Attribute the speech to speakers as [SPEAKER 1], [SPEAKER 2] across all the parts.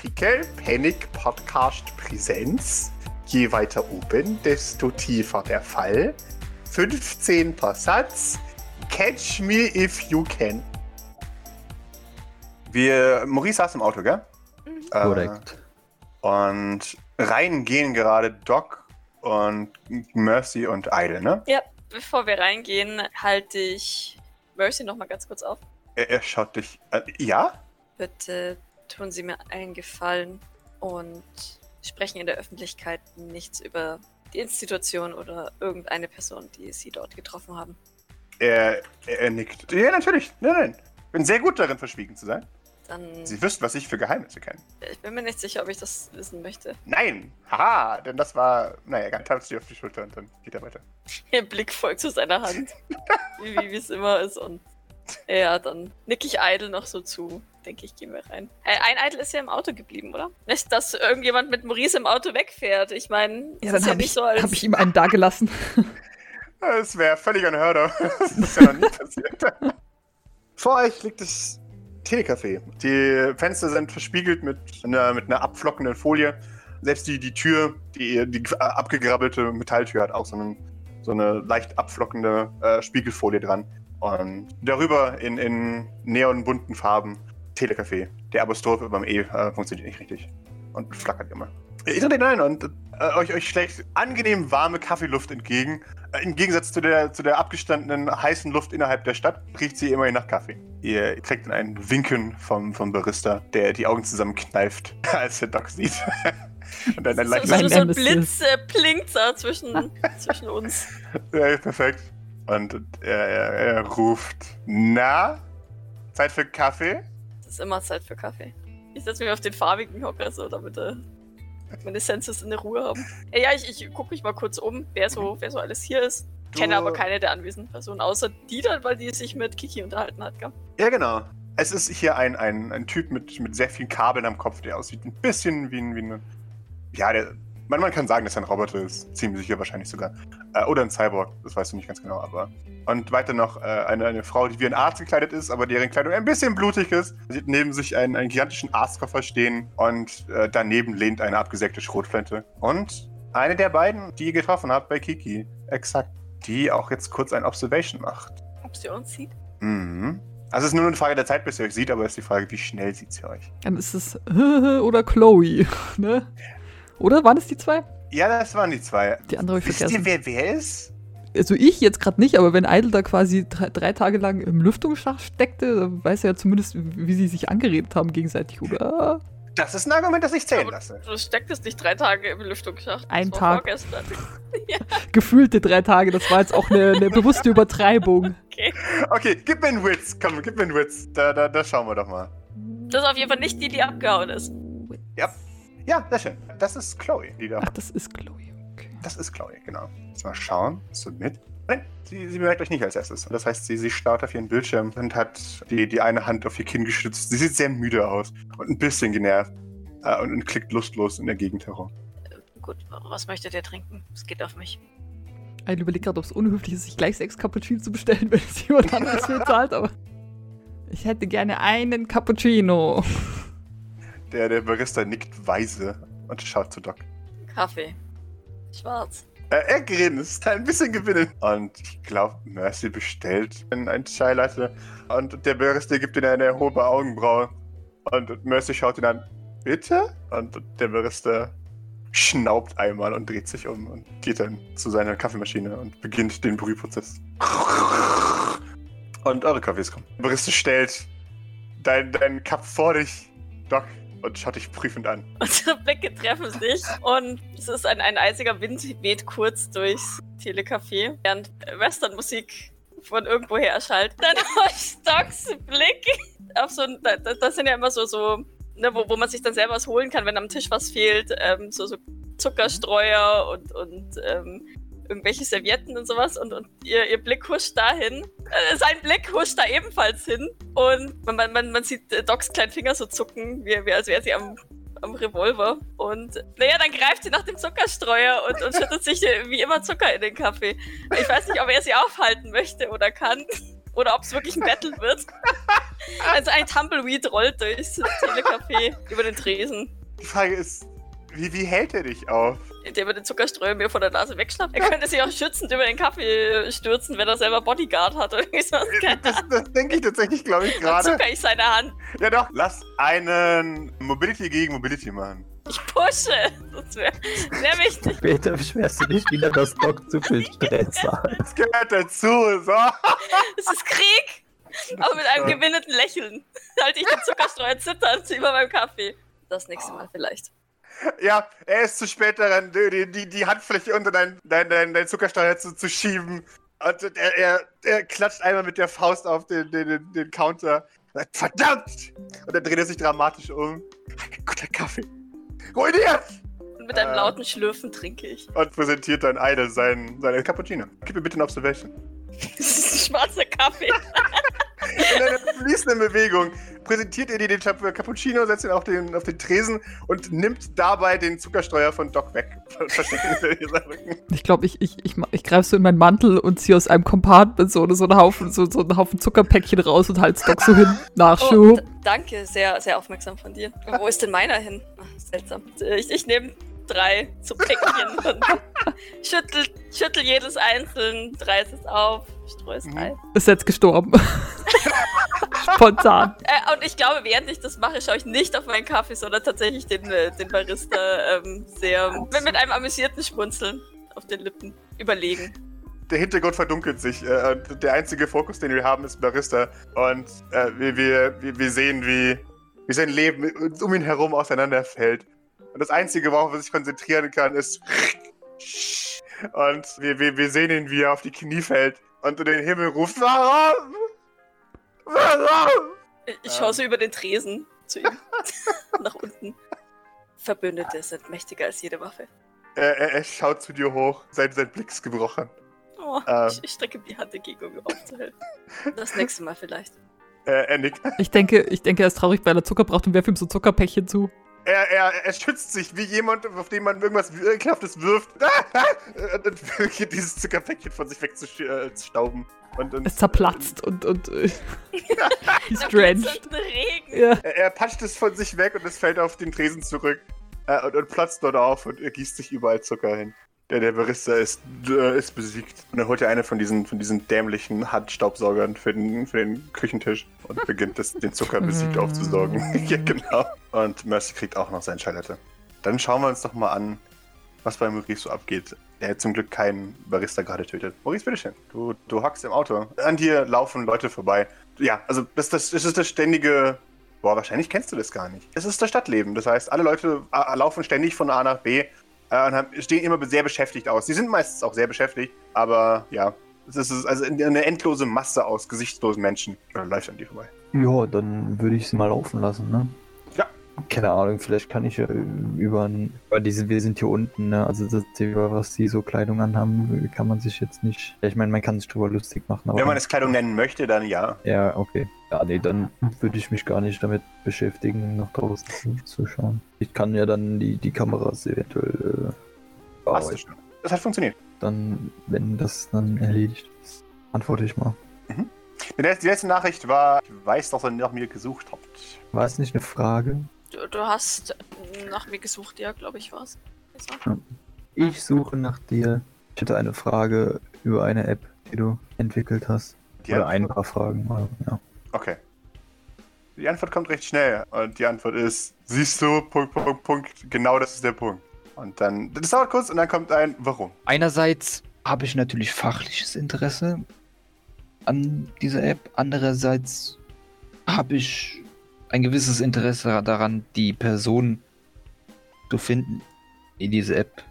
[SPEAKER 1] Pickel Panic Podcast Präsenz. Je weiter oben, desto tiefer der Fall. 15. Satz. Catch me if you can. Wir, Maurice saß im Auto, gell? Äh,
[SPEAKER 2] Korrekt.
[SPEAKER 1] und rein gehen gerade Doc und Mercy und Idle, ne?
[SPEAKER 3] Ja, bevor wir reingehen, halte ich Mercy nochmal ganz kurz auf.
[SPEAKER 1] Er, er schaut dich. Äh, ja?
[SPEAKER 3] Bitte tun Sie mir einen Gefallen und sprechen in der Öffentlichkeit nichts über die Institution oder irgendeine Person, die Sie dort getroffen haben.
[SPEAKER 1] Er, er, er nickt. Ja, natürlich. Nein, nein. Ich bin sehr gut darin, verschwiegen zu sein.
[SPEAKER 3] Dann,
[SPEAKER 1] Sie wüssten, was ich für Geheimnisse kenne.
[SPEAKER 3] ich bin mir nicht sicher, ob ich das wissen möchte.
[SPEAKER 1] Nein! Haha, denn das war. Naja, egal, tanzt dich auf die Schulter und dann geht er weiter.
[SPEAKER 3] Ihr Blick folgt zu seiner Hand, wie wie es immer ist. Und äh, ja, dann nick ich Idle noch so zu. Denke ich, gehen wir rein. Äh, Ein Idle ist ja im Auto geblieben, oder? Nicht, dass irgendjemand mit Maurice im Auto wegfährt. Ich meine, es
[SPEAKER 4] Ja, dann
[SPEAKER 3] ist ja
[SPEAKER 4] habe
[SPEAKER 3] nicht
[SPEAKER 4] ich,
[SPEAKER 3] so als.
[SPEAKER 4] hab ich ihm einen dagelassen.
[SPEAKER 1] Es wäre völlig unheard of. Das ist ja noch nie passiert. Vor euch liegt das Telecafé. Die Fenster sind verspiegelt mit einer, mit einer abflockenden Folie. Selbst die, die Tür, die, die äh, abgegrabbelte Metalltür hat auch so, einen, so eine leicht abflockende äh, Spiegelfolie dran. Und darüber in, in neonbunten Farben Telecafé. Der Apostrophe beim E äh, funktioniert nicht richtig und flackert immer. Ihr tritt hinein und äh, euch, euch schlägt angenehm warme Kaffeeluft entgegen. Äh, Im Gegensatz zu der, zu der abgestandenen heißen Luft innerhalb der Stadt riecht sie immerhin nach Kaffee. Ihr kriegt dann ein Winken vom, vom Barista, der die Augen zusammenkneift, als der Doc sieht. Und dann ein
[SPEAKER 3] so,
[SPEAKER 1] leichtes
[SPEAKER 3] so, so ein
[SPEAKER 4] Nein,
[SPEAKER 3] Blitz äh, blinkt da zwischen, zwischen uns.
[SPEAKER 1] Ja, perfekt. Und äh, er, er ruft: Na, Zeit für Kaffee?
[SPEAKER 3] Es ist immer Zeit für Kaffee. Ich setze mich auf den farbigen Hocker so, damit äh, meine Senses in der Ruhe haben. Äh, ja, ich, ich gucke mich mal kurz um, wer so, wer so alles hier ist.
[SPEAKER 1] Du-
[SPEAKER 3] Kenne aber keine der anwesenden Personen, außer die dann, weil die sich mit Kiki unterhalten hat. Gell?
[SPEAKER 1] Ja, genau. Es ist hier ein, ein, ein Typ mit, mit sehr vielen Kabeln am Kopf, der aussieht ein bisschen wie ein. Wie ein ja, der, man, man kann sagen, dass er ein Roboter ist. Ziemlich sicher wahrscheinlich sogar. Äh, oder ein Cyborg, das weißt du nicht ganz genau, aber. Und weiter noch äh, eine, eine Frau, die wie ein Arzt gekleidet ist, aber deren Kleidung ein bisschen blutig ist. Sie Sieht neben sich einen, einen gigantischen Arztkoffer stehen und äh, daneben lehnt eine abgesägte Schrotflinte. Und eine der beiden, die ihr getroffen habt bei Kiki, exakt, die auch jetzt kurz ein Observation macht.
[SPEAKER 3] Ob sie uns sieht?
[SPEAKER 1] Mhm. Also es ist nur eine Frage der Zeit, bis ihr euch seht, aber es ist die Frage, wie schnell sieht sie euch?
[SPEAKER 4] Dann ist es oder Chloe. Ne? Oder waren es die zwei?
[SPEAKER 1] Ja, das waren die zwei.
[SPEAKER 4] Die andere habe ich
[SPEAKER 1] Wisst ihr,
[SPEAKER 4] vergessen.
[SPEAKER 1] wer wer ist?
[SPEAKER 4] Also ich jetzt gerade nicht, aber wenn Idle da quasi drei, drei Tage lang im Lüftungsschacht steckte, dann weiß er ja zumindest, wie sie sich angeredet haben gegenseitig, oder?
[SPEAKER 1] Das ist ein Argument, das ich zählen
[SPEAKER 3] Aber-
[SPEAKER 1] lasse.
[SPEAKER 3] Du stecktest Also nicht drei Tage im Lüftungsschacht. das
[SPEAKER 4] Ein
[SPEAKER 3] war
[SPEAKER 4] Tag.
[SPEAKER 3] Vorgestern.
[SPEAKER 4] Gefühlte drei Tage, das war jetzt auch eine, eine bewusste Übertreibung.
[SPEAKER 3] Okay.
[SPEAKER 1] Okay, gib mir einen Witz. Komm, gib mir einen Witz. Da, da, da schauen wir doch mal.
[SPEAKER 3] Das ist auf jeden Fall nicht die, die abgehauen ist.
[SPEAKER 1] Ja, sehr schön. Das ist Chloe, die da.
[SPEAKER 4] Ach, das ist Chloe. Okay.
[SPEAKER 1] Das ist Chloe, genau. Jetzt mal schauen. Submit. Nein, sie, sie bemerkt euch nicht als erstes. Das heißt, sie, sie starrt auf ihren Bildschirm und hat die, die eine Hand auf ihr Kinn gestützt. Sie sieht sehr müde aus und ein bisschen genervt äh, und, und klickt lustlos in der Gegend herum.
[SPEAKER 3] Gut, was möchtet ihr trinken? Es geht auf mich.
[SPEAKER 4] Idle überlegt gerade, ob es unhöflich ist, sich gleich sechs Cappuccino zu bestellen, wenn es jemand anderes bezahlt, aber ich hätte gerne einen Cappuccino.
[SPEAKER 1] Der, der Barista nickt weise und schaut zu Doc.
[SPEAKER 3] Kaffee. Schwarz.
[SPEAKER 1] Äh, er grinst, ein bisschen gewinnen. Und ich glaube, Mercy bestellt einen, einen Chai Latte. Und der Barista gibt ihm eine hohe Augenbraue. Und Mercy schaut ihn an. Bitte? Und der Barista schnaubt einmal und dreht sich um und geht dann zu seiner Kaffeemaschine und beginnt den Brühprozess. Und eure Kaffees kommen. Barista stellt deinen dein Cup vor dich, Doc, und schaut dich prüfend an.
[SPEAKER 3] Unsere Blicke treffen sich und es ist ein, ein eisiger Wind, weht kurz durchs Telecafé, während Westernmusik von irgendwoher erschallt. Dann auf Stocks Blick auf so ein, da- da- das sind ja immer so, so ne, wo, wo man sich dann selber was holen kann, wenn am Tisch was fehlt, ähm, so, so Zuckerstreuer und, und ähm, irgendwelche Servietten und sowas und, und ihr, ihr Blick huscht dahin. Äh, sein Blick huscht da ebenfalls hin und man, man, man, man sieht äh, Docs kleinen Finger so zucken, wie, wie als wäre sie am am Revolver. Und naja, dann greift sie nach dem Zuckerstreuer und, und schüttet sich äh, wie immer Zucker in den Kaffee. Ich weiß nicht, ob er sie aufhalten möchte oder kann. oder ob es wirklich ein Battle wird. also ein Tumbleweed rollt durchs Telecafé über den Tresen,
[SPEAKER 1] Die Frage ist, wie, wie hält er dich auf?
[SPEAKER 3] indem er den Zuckerström mir vor der Nase wegschnappt. Er könnte sich auch schützend über den Kaffee stürzen, wenn er selber Bodyguard hat oder irgendwie sowas. Keine
[SPEAKER 1] Das, das denke ich tatsächlich, glaube ich,
[SPEAKER 3] Ahnung.
[SPEAKER 1] gerade.
[SPEAKER 3] Zucker ich seine Hand.
[SPEAKER 1] Ja doch, lass einen Mobility gegen Mobility machen.
[SPEAKER 3] Ich pushe. Das wäre wär wichtig.
[SPEAKER 2] Später beschwerst du dich wieder, dass Doc zu viel Stress hat.
[SPEAKER 1] Das gehört dazu, so.
[SPEAKER 3] Es ist Krieg. Aber mit einem gewinneten Lächeln halte ich den Zuckerstreuer zitternd über meinem Kaffee. Das nächste Mal vielleicht.
[SPEAKER 1] Ja, er ist zu spät daran, die, die, die Handfläche unter dein, dein, dein, dein Zuckersteuer zu, zu schieben. Und er, er, er klatscht einmal mit der Faust auf den, den, den, den Counter. Sagt, Verdammt! Und dann dreht er sich dramatisch um. Ein guter Kaffee. Ruiniert!
[SPEAKER 3] Und mit einem
[SPEAKER 1] Ähm.
[SPEAKER 3] lauten Schlürfen trinke ich.
[SPEAKER 1] Und präsentiert dann Idol seinen, seinen Cappuccino. Gib mir bitte eine Observation.
[SPEAKER 3] Das ist schwarzer Kaffee.
[SPEAKER 1] In einer fließenden Bewegung präsentiert er dir den Chap- Cappuccino, setzt ihn auf den, auf den Tresen und nimmt dabei den Zuckersteuer von Doc weg. Versteckt ihn hinter ihrem Rücken.
[SPEAKER 4] Ich glaube, ich, ich, ich, ma- ich greife so in meinen Mantel und ziehe aus einem Compartment so, so, einen Haufen, so, so einen Haufen Zuckerpäckchen raus und halte es Doc so hin.
[SPEAKER 3] Oh,
[SPEAKER 4] Nachschub.
[SPEAKER 3] d- danke, sehr, sehr aufmerksam von dir. Wo ist denn meiner hin? Ach, seltsam. Ich, ich nehme drei zu Päckchen und schüttel, schüttel jedes einzeln, reiß es auf, streue es
[SPEAKER 1] Mhm.
[SPEAKER 3] rein.
[SPEAKER 4] Ist jetzt gestorben. Spontan.
[SPEAKER 3] Äh, und ich glaube, während ich das mache, schaue ich nicht auf meinen Kaffee, sondern tatsächlich den, äh, den Barista ähm, sehr mit mit einem amüsierten Schmunzeln auf den Lippen überlegen.
[SPEAKER 1] Der Hintergrund verdunkelt sich. Äh, und der einzige Fokus, den wir haben, ist Barista. Und äh, wir, wir, wir wir sehen, wie, wie sein Leben um ihn herum auseinanderfällt. Und das Einzige, worauf er sich konzentrieren kann, ist. Und wir, wir, wir sehen ihn, wie er auf die Knie fällt und in den Himmel ruft: Warum? Warum?
[SPEAKER 3] Äh, Ich schaue
[SPEAKER 1] Ähm.
[SPEAKER 3] so über den Tresen zu ihm. Nach unten. Verbündete sind mächtiger als jede Waffe.
[SPEAKER 1] Er, er, er schaut zu dir hoch, sein, sein Blick ist gebrochen.
[SPEAKER 3] Oh,
[SPEAKER 1] Ähm.
[SPEAKER 3] ich, ich strecke die Hand dagegen, um ihm aufzuhelfen. Das nächste Mal vielleicht.
[SPEAKER 1] Er, er nickt.
[SPEAKER 4] Ich denke, ich denke, er ist traurig, weil er Zucker braucht und werfe ihm so Zuckerpäckchen zu.
[SPEAKER 1] Er, er, er schützt sich wie jemand, auf den man irgendwas Ekelhaftes wirft. Und dann beginnt dieses Zuckerpäckchen von sich wegzustauben. Und, und
[SPEAKER 4] Es zerplatzt und, und äh, he's
[SPEAKER 3] Da
[SPEAKER 4] drenched.
[SPEAKER 3] blitzert ein Regen.
[SPEAKER 4] Ja.
[SPEAKER 1] Er, er patscht es von sich weg und es fällt auf den Tresen zurück. Äh, und, und platzt dort auf und er gießt sich überall Zucker hin. Der, der Barista ist, äh, ist besiegt. Und dann holt er eine von diesen, von diesen dämlichen Handstaubsaugern für den, für den Küchentisch und beginnt das, den Zucker besiegt aufzusaugen. ja, genau. Und Mercy kriegt auch noch sein Schalette. Dann schauen wir uns doch mal an, was bei Maurice so abgeht. Der zum Glück keinen Barista gerade tötet. Maurice, bitteschön. Du, du hockst im Auto. An dir laufen Leute vorbei. Ja, also das, das, das ist das ständige Boah, wahrscheinlich kennst du das gar nicht. Es ist das Stadtleben. Das heißt, alle Leute äh, laufen ständig von A nach B äh, und haben, stehen immer sehr beschäftigt aus. Sie sind meistens auch sehr beschäftigt, aber ja. Es ist also eine endlose Masse aus gesichtslosen Menschen. Oder läuft an dir vorbei.
[SPEAKER 2] Ja, dann würde ich sie mal laufen lassen, ne?
[SPEAKER 1] Ja.
[SPEAKER 2] Keine Ahnung, vielleicht kann ich ja über, ein- über diese, wir sind hier unten, ne? Also das über was die so Kleidung anhaben, kann man sich jetzt nicht. Ja, ich meine, man kann sich drüber lustig machen, aber.
[SPEAKER 1] Wenn man es Kleidung nennen möchte, dann ja.
[SPEAKER 2] ja, okay. Ja, nee, dann würde ich mich gar nicht damit beschäftigen, nach draußen zu, zu schauen. Ich kann ja dann die, die Kameras eventuell äh,
[SPEAKER 1] Hast du
[SPEAKER 2] bearbeiten.
[SPEAKER 1] schon. Das hat funktioniert.
[SPEAKER 2] Dann, wenn das dann erledigt ist, antworte ich mal.
[SPEAKER 1] Die letzte, die letzte Nachricht war, ich weiß, dass ihr nach mir gesucht habt.
[SPEAKER 2] War es nicht eine Frage?
[SPEAKER 3] Du, du hast nach mir gesucht, ja, glaube ich, war's.
[SPEAKER 2] Ich suche nach dir. Ich hätte eine Frage über eine App, die du entwickelt hast.
[SPEAKER 1] Die
[SPEAKER 2] Oder ein
[SPEAKER 1] Antwort-
[SPEAKER 2] paar Fragen. also, Ja.
[SPEAKER 1] Okay. Die Antwort kommt recht schnell. Und die Antwort ist, siehst du, Punkt, Punkt, Punkt, genau das ist der Punkt. Und dann, das dauert kurz und dann kommt ein, warum?
[SPEAKER 5] Einerseits habe ich natürlich fachliches Interesse an dieser App, andererseits habe ich ein gewisses Interesse daran, die Person zu finden, die diese App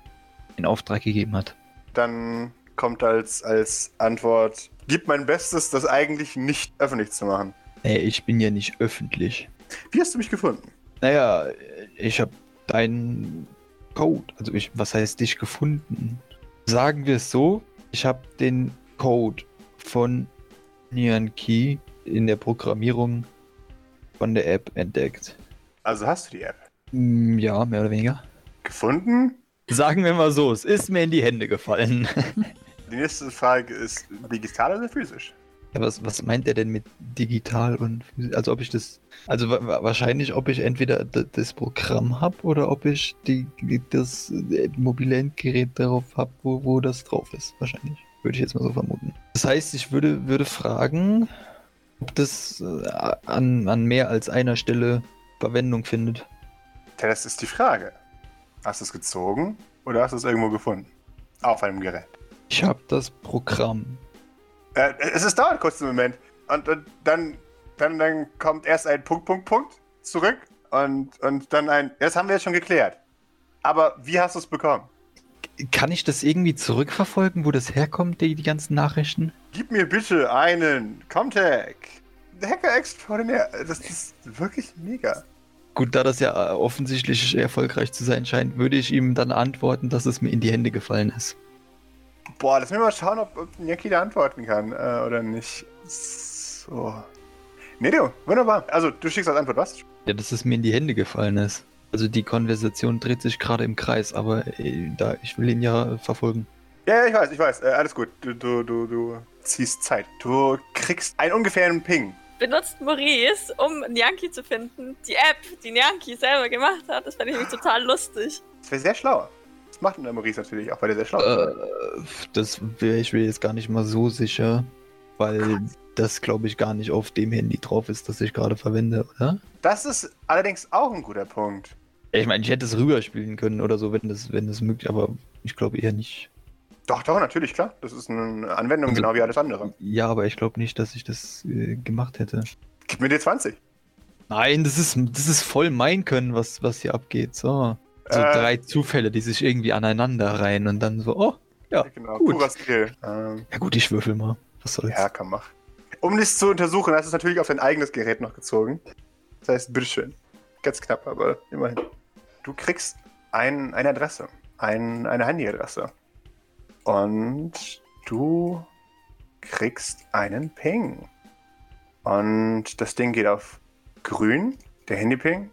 [SPEAKER 5] in Auftrag gegeben hat.
[SPEAKER 1] dann kommt als, als Antwort, gib mein Bestes, das eigentlich nicht öffentlich zu machen.
[SPEAKER 2] Ey, Äh, ich bin ja nicht öffentlich.
[SPEAKER 1] Wie hast du mich gefunden?
[SPEAKER 2] Naja, ich habe deinen Code. Also ich, was heißt dich gefunden? Sagen wir es so, ich habe den Code von Nian Key in der Programmierung von der App entdeckt.
[SPEAKER 1] Also hast du die App
[SPEAKER 2] Hm, Ja, mehr oder weniger.
[SPEAKER 1] gefunden?
[SPEAKER 2] Sagen wir mal so, es ist mir in die Hände gefallen.
[SPEAKER 1] Die nächste Frage ist, digital oder physisch?
[SPEAKER 2] Ja, was, was meint er denn mit digital und physisch? Also ob ich das, also wa- wa- wahrscheinlich, ob ich entweder d- das Programm habe oder ob ich die, die, das äh, mobile Endgerät darauf habe, wo, wo das drauf ist. Wahrscheinlich. Würde ich jetzt mal so vermuten. Das heißt, ich würde, würde fragen, ob das äh, an, an mehr als einer Stelle Verwendung findet.
[SPEAKER 1] Ja, Das ist die Frage. Hast du es gezogen oder hast du es irgendwo gefunden? Auf einem Gerät.
[SPEAKER 2] Ich habe das Programm.
[SPEAKER 1] Äh, es es dauert kurz einen Moment. Und, und dann, dann, dann kommt erst ein Punkt, Punkt, Punkt zurück und, und dann ein. Das haben wir jetzt schon geklärt. Aber wie hast du es bekommen?
[SPEAKER 2] Kann ich das irgendwie zurückverfolgen, wo das herkommt, die, die ganzen Nachrichten?
[SPEAKER 1] Gib mir bitte einen Comtech. Hacker Extraordinär. Das ist wirklich mega.
[SPEAKER 2] Gut, da das ja äh, offensichtlich erfolgreich zu sein scheint, würde ich ihm dann antworten, dass es mir in die Hände gefallen ist.
[SPEAKER 1] Boah, lass mir mal schauen, ob, ob Nyaki da antworten kann äh, oder nicht. So. Nee, du, wunderbar. Also, du schickst als Antwort was?
[SPEAKER 2] Ja, dass es mir in die Hände gefallen ist. Also die Konversation dreht sich gerade im Kreis, aber äh, da ich will ihn ja äh, verfolgen.
[SPEAKER 1] Ja, ja, ich weiß, ich weiß. Äh, alles gut. Du, du, du, du ziehst Zeit. Du kriegst einen ungefähren Ping.
[SPEAKER 3] Benutzt Maurice, um Nyanki zu finden, die App, die Nyanki selber gemacht hat. Das fand ich nämlich total lustig.
[SPEAKER 1] Das wäre sehr schlau. Das macht der Maurice natürlich auch, weil der sehr schlau ist.
[SPEAKER 2] Äh, das wäre ich mir jetzt gar nicht mal so sicher, weil das glaube ich gar nicht auf dem Handy drauf ist, das ich gerade verwende, oder?
[SPEAKER 1] Das ist allerdings auch ein guter Punkt.
[SPEAKER 2] Ich meine, ich hätte es rüberspielen können oder so, wenn das, wenn das möglich, aber ich glaube eher nicht.
[SPEAKER 1] Doch, doch, natürlich, klar. Das ist eine Anwendung,
[SPEAKER 2] Also-
[SPEAKER 1] genau wie alles andere.
[SPEAKER 2] Ja, aber ich glaube nicht, dass ich das äh, gemacht hätte.
[SPEAKER 1] Gib mir die 20.
[SPEAKER 2] Nein, das ist, das ist voll mein Können, was, was hier abgeht. So. So
[SPEAKER 1] Äh.
[SPEAKER 2] drei Zufälle, die sich irgendwie aneinander reihen und dann so, oh, Ja,
[SPEAKER 1] genau.
[SPEAKER 2] gut.
[SPEAKER 1] Purer Skill. Ähm,
[SPEAKER 2] ja gut, ich würfel mal. Was soll's?
[SPEAKER 1] ja, komm, mach. Um das zu untersuchen, hast du es natürlich auf dein eigenes Gerät noch gezogen. Das heißt, bitteschön. Ganz knapp, aber immerhin. Du kriegst ein, eine Adresse. Ein, eine Handyadresse. Und du kriegst einen Ping. Und das Ding geht auf grün, der Handyping.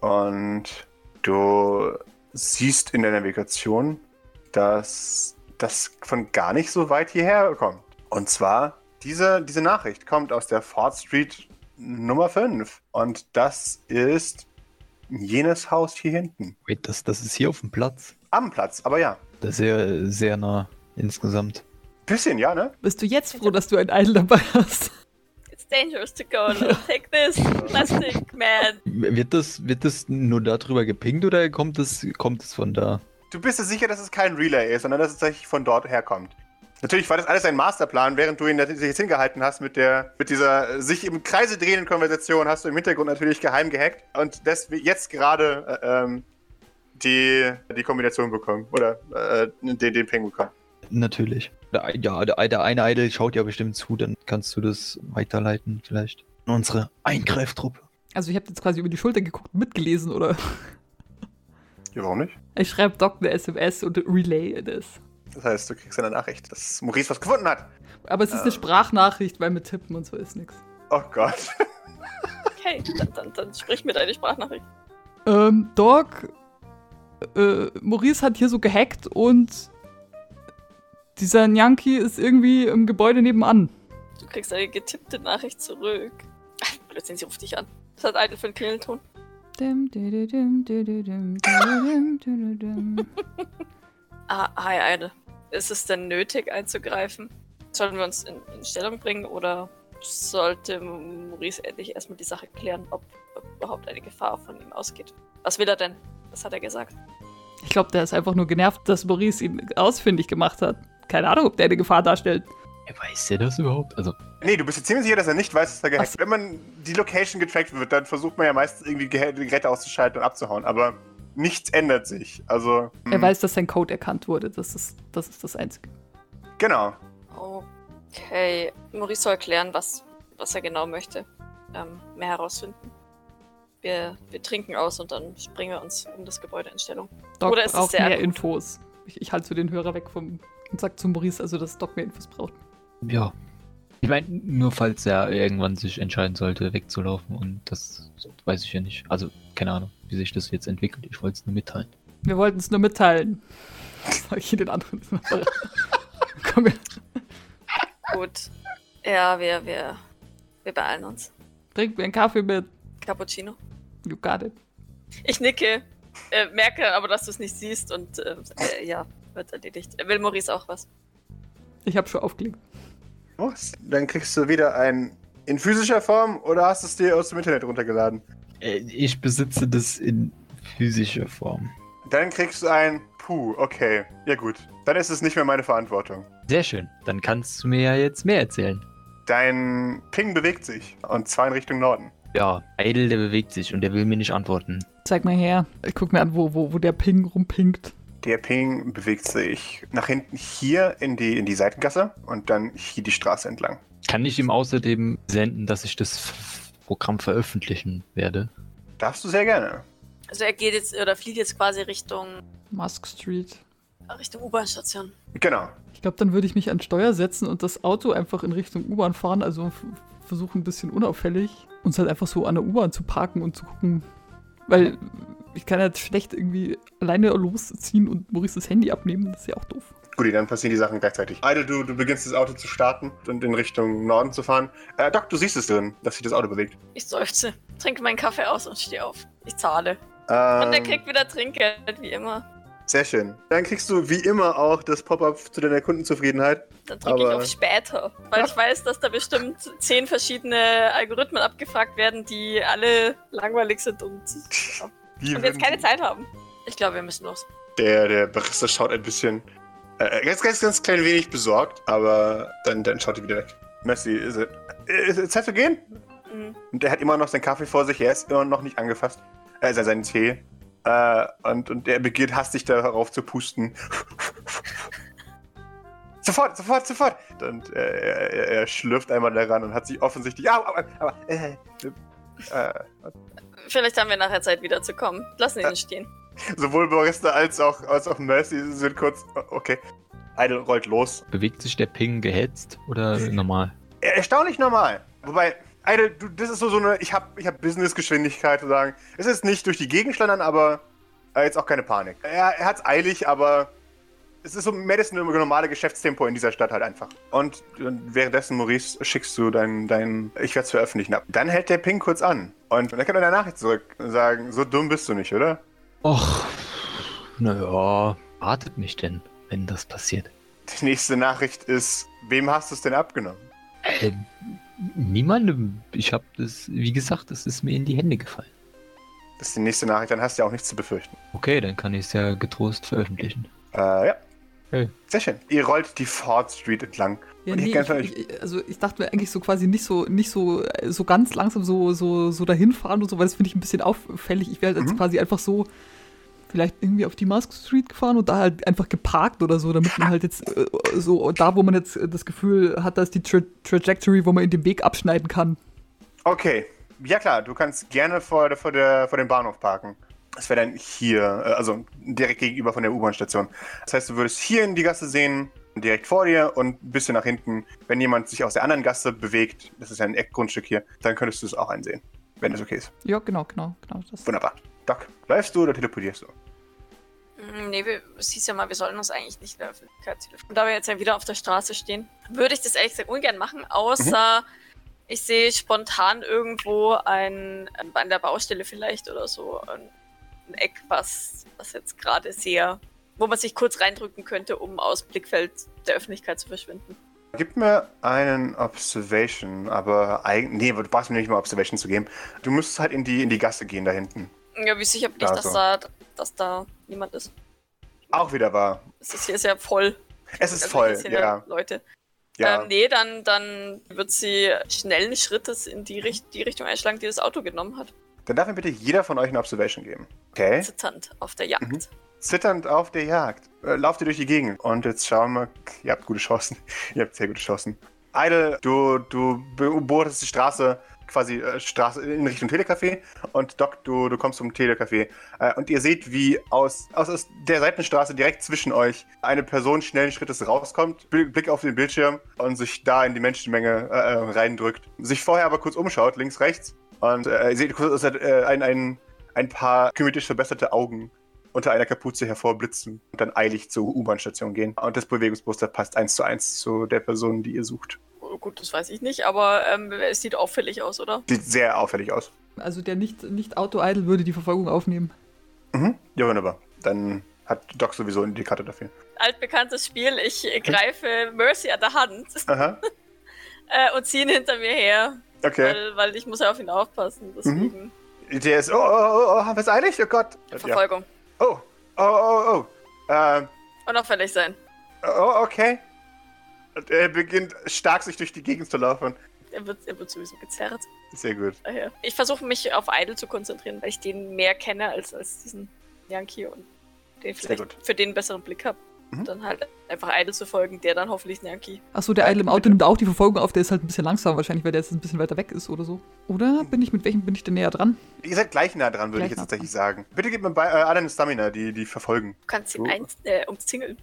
[SPEAKER 1] Und du siehst in der Navigation, dass das von gar nicht so weit hierher kommt. Und zwar, diese, diese Nachricht kommt aus der Ford Street Nummer 5. Und das ist jenes Haus hier hinten.
[SPEAKER 2] Wait, das, das ist hier auf dem Platz.
[SPEAKER 1] Am Platz, aber ja.
[SPEAKER 2] Das ist sehr, sehr nah insgesamt.
[SPEAKER 1] Bisschen, ja, ne?
[SPEAKER 4] Bist du jetzt froh, dass du einen Idol dabei hast?
[SPEAKER 3] It's dangerous to go alone. Take this, Plastic Man.
[SPEAKER 2] Wird das, wird das nur darüber gepinkt oder kommt es kommt es von da?
[SPEAKER 1] Du bist dir sicher, dass es kein Relay ist, sondern dass es tatsächlich von dort herkommt. Natürlich war das alles ein Masterplan, während du ihn natürlich jetzt hingehalten hast mit der, mit dieser äh, sich im Kreise drehenden Konversation, hast du im Hintergrund natürlich geheim gehackt und deswegen jetzt gerade äh, ähm, die, die Kombination bekommen oder äh, den, den Ping bekommen.
[SPEAKER 2] Natürlich. Der, ein- ja, der, der eine Idol schaut ja bestimmt zu, dann kannst du das weiterleiten vielleicht. an Unsere Eingreiftruppe.
[SPEAKER 4] Also ich habe jetzt quasi über die Schulter geguckt und mitgelesen, oder?
[SPEAKER 1] Ja, warum nicht?
[SPEAKER 4] Ich schreibe Doc eine SMS und relay das.
[SPEAKER 1] Das heißt, du kriegst eine Nachricht, dass Maurice was gefunden hat.
[SPEAKER 4] Aber es ist eine
[SPEAKER 1] Ähm.
[SPEAKER 4] Sprachnachricht, weil mit Tippen und so ist nichts.
[SPEAKER 1] Oh Gott.
[SPEAKER 3] Okay, dann, dann, dann sprich mir deine Sprachnachricht.
[SPEAKER 4] Ähm, Doc, äh, Maurice hat hier so gehackt und dieser Nyanki ist irgendwie im Gebäude nebenan.
[SPEAKER 3] Du kriegst eine getippte Nachricht zurück. Ach, Blödsinn, sie ruft dich an. Das hat einen für einen Klingelton.
[SPEAKER 4] Dim, dididim, dididim, dididim, dididim.
[SPEAKER 3] Ah, hi, Eide. Ist es denn nötig einzugreifen? Sollen wir uns in, in Stellung bringen oder sollte Maurice endlich erstmal die Sache klären, ob, ob überhaupt eine Gefahr von ihm ausgeht? Was will er denn? Was hat er gesagt?
[SPEAKER 4] Ich glaube, der ist einfach nur genervt, dass Maurice ihn ausfindig gemacht hat. Keine Ahnung, ob der eine Gefahr darstellt.
[SPEAKER 2] Weiß der das überhaupt? Also,
[SPEAKER 1] Nee, du bist dir ziemlich sicher, dass er nicht weiß, dass er gehackt
[SPEAKER 4] Ach so.
[SPEAKER 1] wird. Wenn man die Location getrackt wird, dann versucht man ja meistens irgendwie Ge- die Geräte auszuschalten und abzuhauen. Aber nichts ändert sich. Also.
[SPEAKER 4] Er
[SPEAKER 1] mh,
[SPEAKER 4] weiß, dass sein Code erkannt wurde. Das ist das, ist das Einzige.
[SPEAKER 1] Genau.
[SPEAKER 3] Okay, Maurice soll klären, was, was er genau möchte. Ähm, mehr herausfinden. Wir, wir trinken aus und dann springen wir uns um das Gebäude in Stellung.
[SPEAKER 4] Doc
[SPEAKER 3] Oder ist es
[SPEAKER 4] braucht
[SPEAKER 3] sehr
[SPEAKER 4] mehr
[SPEAKER 3] akut?
[SPEAKER 4] Infos. Ich, ich halte so den Hörer weg vom und sag zu Maurice, also dass Doc mehr Infos braucht.
[SPEAKER 5] Ja. Ich meine, nur falls er irgendwann sich entscheiden sollte, wegzulaufen und das weiß ich ja nicht. Also, keine Ahnung, wie sich das jetzt entwickelt. Ich wollte es nur mitteilen.
[SPEAKER 4] Wir wollten es nur mitteilen. Sag ich den anderen. Komm her.
[SPEAKER 3] Gut. Ja, wir, wir, wir beeilen uns.
[SPEAKER 4] Trink mir einen Kaffee mit.
[SPEAKER 3] Cappuccino.
[SPEAKER 4] You got it.
[SPEAKER 3] Ich nicke, äh, merke aber, dass du es nicht siehst und äh, äh, ja, wird erledigt. Will Maurice auch was?
[SPEAKER 4] Ich habe schon aufgelegt.
[SPEAKER 1] Was? Dann kriegst du wieder ein in physischer Form oder hast du es dir aus dem Internet runtergeladen?
[SPEAKER 2] Äh, Ich besitze das in physischer Form.
[SPEAKER 1] Dann kriegst du ein Puh, okay. Ja gut. Dann ist es nicht mehr meine Verantwortung.
[SPEAKER 2] Sehr schön. Dann kannst du mir ja jetzt mehr erzählen.
[SPEAKER 1] Dein Ping bewegt sich und zwar in Richtung Norden.
[SPEAKER 2] Ja, Idle, der bewegt sich und der will mir nicht antworten.
[SPEAKER 4] Zeig mal her. Ich guck mir an, wo, wo, wo der Ping rumpinkt.
[SPEAKER 1] Der Ping bewegt sich nach hinten hier in die, in die Seitengasse und dann hier die Straße entlang.
[SPEAKER 2] Kann ich ihm außerdem senden, dass ich das F- Programm veröffentlichen werde?
[SPEAKER 1] Darfst du sehr gerne.
[SPEAKER 3] Also er geht jetzt oder fliegt jetzt quasi Richtung
[SPEAKER 4] Musk Street.
[SPEAKER 3] Richtung U-Bahn-Station.
[SPEAKER 1] Genau.
[SPEAKER 4] Ich glaube, dann würde ich mich an Steuer setzen und das Auto einfach in Richtung U-Bahn fahren. Also f- versuchen ein bisschen unauffällig uns halt einfach so an der U-Bahn zu parken und zu gucken. Weil ich kann halt schlecht irgendwie alleine losziehen und Maurice das Handy abnehmen. Das ist ja auch doof.
[SPEAKER 1] Gut, dann passieren die Sachen gleichzeitig. Idle, du, du beginnst das Auto zu starten und in Richtung Norden zu fahren. Äh, Doc, du siehst es drin, dass sich das Auto bewegt.
[SPEAKER 3] Ich seufze, trinke meinen Kaffee aus und stehe auf. Ich zahle.
[SPEAKER 1] Ähm,
[SPEAKER 3] Und er kriegt wieder Trinkgeld, wie immer.
[SPEAKER 1] Sehr schön. Dann kriegst du wie immer auch das Pop-up zu deiner Kundenzufriedenheit.
[SPEAKER 3] Dann drücke ich
[SPEAKER 1] aber-
[SPEAKER 3] auf später. Weil ich weiß, dass da bestimmt zehn verschiedene Algorithmen abgefragt werden, die alle langweilig sind und,
[SPEAKER 1] Wie
[SPEAKER 3] und jetzt keine Zeit haben. Ich glaube, wir müssen los.
[SPEAKER 1] Der, der Barista schaut ein bisschen, äh, ganz, ganz, ganz klein wenig besorgt, aber dann, dann schaut er wieder weg. Messi, ist es ist es Zeit zu gehen?
[SPEAKER 3] Mhm.
[SPEAKER 1] Und er hat immer noch seinen Kaffee vor sich, er ist immer noch nicht angefasst. Äh, sein- seinen Tee. Äh, und, und er beginnt hastig darauf zu pusten. sofort, sofort, sofort! Und äh, er, er- er schlürft einmal daran und hat sich offensichtlich. Au, au, au, aber, äh, äh,
[SPEAKER 3] Vielleicht haben wir nachher Zeit, wiederzukommen. Lassen ihn stehen.
[SPEAKER 1] Sowohl Barista als auch, als auch Mercy sind kurz. Okay. Idle rollt los.
[SPEAKER 2] Bewegt sich der Ping gehetzt oder normal?
[SPEAKER 1] Er- Erstaunlich normal. Wobei, Idle, du, das ist so, so eine. Ich habe ich hab Business-Geschwindigkeit zu sagen. Es ist nicht durch die Gegend schlendern, aber äh, jetzt auch keine Panik. Er, er hat's eilig, aber es ist so mehr das normale Geschäftstempo in dieser Stadt halt einfach. Und äh, währenddessen, Maurice, schickst du dein, dein Ich werd's veröffentlichen ab. Dann hält der Ping kurz an. Und dann kann er eine Nachricht zurück und sagen: So dumm bist du nicht, oder?
[SPEAKER 2] Och, naja, wartet mich denn, wenn das passiert?
[SPEAKER 1] Die nächste Nachricht ist: Wem hast du es denn abgenommen?
[SPEAKER 2] Äh, niemandem. Ich habe das, wie gesagt, das ist mir in die Hände gefallen.
[SPEAKER 1] Das ist die nächste Nachricht, dann hast du ja auch nichts zu befürchten.
[SPEAKER 2] Okay, dann kann ich es ja getrost veröffentlichen.
[SPEAKER 1] Äh, ja.
[SPEAKER 2] Hey.
[SPEAKER 1] Sehr schön. Ihr rollt die Ford Street entlang.
[SPEAKER 4] Ja,
[SPEAKER 1] Und ich
[SPEAKER 4] nee,
[SPEAKER 1] kann-
[SPEAKER 4] ich, ich, also ich dachte mir eigentlich so quasi nicht so, nicht so, äh, so ganz langsam so, so, so dahin fahren und so, weil das finde ich ein bisschen auffällig. Ich wäre halt jetzt
[SPEAKER 1] Mhm.
[SPEAKER 4] quasi einfach so vielleicht irgendwie auf die Mask Street gefahren und da halt einfach geparkt oder so, damit man halt jetzt äh, so da, wo man jetzt äh, das Gefühl hat, dass die Tra Trajectory, wo man in den Weg abschneiden kann.
[SPEAKER 1] Okay. Ja klar, du kannst gerne vor, der- vor, der, vor dem Bahnhof parken. Das wäre dann hier, äh, also direkt gegenüber von der U-Bahn-Station. Das heißt, du würdest hier in die Gasse sehen, direkt vor dir und ein bisschen nach hinten. Wenn jemand sich aus der anderen Gasse bewegt, das ist ja ein Eckgrundstück hier, dann könntest du es auch einsehen, wenn das okay ist.
[SPEAKER 4] Ja, genau, genau, genau. Das.
[SPEAKER 1] Wunderbar. Doc, läufst du oder teleportierst du?
[SPEAKER 3] Hm, Nee, wir, du siehst ja mal, wir sollen uns eigentlich nicht in der Öffentlichkeit telefonieren. Und da wir jetzt ja wieder auf der Straße stehen, würde ich das ehrlich gesagt ungern machen, außer
[SPEAKER 1] Mhm.
[SPEAKER 3] ich sehe spontan irgendwo ein, ein- an der Baustelle vielleicht oder so ein, ein Eck, was, was jetzt gerade sehr, wo man sich kurz reindrücken könnte, um aus Blickfeld der Öffentlichkeit zu verschwinden.
[SPEAKER 1] Gib mir einen Observation, aber eigentlich. Nee, du brauchst mir nicht mal Observation zu geben. Du müsstest halt in die, in die Gasse gehen da hinten.
[SPEAKER 3] Ja, wie sicher bin ich,
[SPEAKER 1] Ja,
[SPEAKER 3] dass,
[SPEAKER 1] so.
[SPEAKER 3] da, dass da niemand ist.
[SPEAKER 1] Auch wieder wahr.
[SPEAKER 3] Es ist hier sehr voll.
[SPEAKER 1] Es ist
[SPEAKER 3] Also
[SPEAKER 1] voll,
[SPEAKER 3] hier sind
[SPEAKER 1] ja.
[SPEAKER 3] Leute.
[SPEAKER 1] ja.
[SPEAKER 3] Ähm, nee, dann, dann wird sie schnellen Schrittes in die, Richt die Richtung einschlagen, die das Auto genommen hat.
[SPEAKER 1] Dann darf mir bitte jeder von euch eine Observation geben. Okay.
[SPEAKER 3] Zitternd auf der Jagd.
[SPEAKER 1] Mhm. Zitternd auf der Jagd. Äh, lauft ihr durch die Gegend. Und jetzt schauen wir. Ihr habt gute Chancen. ihr habt sehr gute Chancen. Idle, du, du beobachtest die Straße, quasi äh, Straße in Richtung Telecafé. Und Doc, du, du kommst zum Telecafé. Äh, und ihr seht, wie aus, aus, aus der Seitenstraße direkt zwischen euch eine Person schnellen Schrittes rauskommt, Bl- Blick auf den Bildschirm und sich da in die Menschenmenge äh, äh, reindrückt. Sich vorher aber kurz umschaut, links, rechts. Und äh, ihr seht kurz es hat, äh, ein, ein, ein paar kymetisch verbesserte Augen unter einer Kapuze hervorblitzen und dann eilig zur U-Bahn-Station gehen. Und das Bewegungsmuster passt eins zu eins zu der Person, die ihr sucht.
[SPEAKER 3] Oh, gut, das weiß ich nicht, aber ähm, es sieht auffällig aus, oder?
[SPEAKER 1] Sieht sehr auffällig aus.
[SPEAKER 4] Also der nicht, nicht Auto-Idle würde die Verfolgung aufnehmen.
[SPEAKER 1] Mhm. Ja, wunderbar. Dann hat Doc sowieso die Karte dafür.
[SPEAKER 3] Altbekanntes Spiel, ich äh, greife Mercy an der Hand
[SPEAKER 1] Aha.
[SPEAKER 3] äh, und ziehe ihn hinter mir her,
[SPEAKER 1] Okay.
[SPEAKER 3] weil, weil ich muss ja auf ihn aufpassen, deswegen.
[SPEAKER 1] Der ist. Oh, oh, oh, oh, haben wir es eilig? Oh Gott. Ja.
[SPEAKER 3] Verfolgung.
[SPEAKER 1] Oh, oh, oh, oh. Ähm,
[SPEAKER 3] Unauffällig sein.
[SPEAKER 1] oh, okay. Und er beginnt stark sich durch die Gegend zu laufen.
[SPEAKER 3] Er wird, er wird sowieso gezerrt.
[SPEAKER 1] Sehr gut.
[SPEAKER 3] Daher. Ich versuche mich auf Idle zu konzentrieren, weil ich den mehr kenne als, als diesen Yankee und
[SPEAKER 1] Sehr
[SPEAKER 3] den vielleicht
[SPEAKER 1] gut.
[SPEAKER 3] für den besseren Blick habe.
[SPEAKER 1] Mhm.
[SPEAKER 3] Dann halt einfach Idle zu folgen, der dann hoffentlich Yankee.
[SPEAKER 4] Achso,
[SPEAKER 1] Äh,
[SPEAKER 4] der Idle im Auto nimmt auch die Verfolgung auf, der ist halt ein bisschen langsam wahrscheinlich, weil der jetzt ein bisschen weiter weg ist oder so.
[SPEAKER 1] Mhm.
[SPEAKER 4] Oder bin ich, mit welchem bin ich denn näher dran?
[SPEAKER 1] Ihr seid gleich nah dran, würde
[SPEAKER 4] Gleich
[SPEAKER 1] ich jetzt
[SPEAKER 4] nah
[SPEAKER 1] tatsächlich sagen. Bitte gebt mir bei, äh, alle eine Stamina, die, die verfolgen.
[SPEAKER 3] Du kannst ihn
[SPEAKER 1] Oh.
[SPEAKER 3] ein, äh, umzingeln.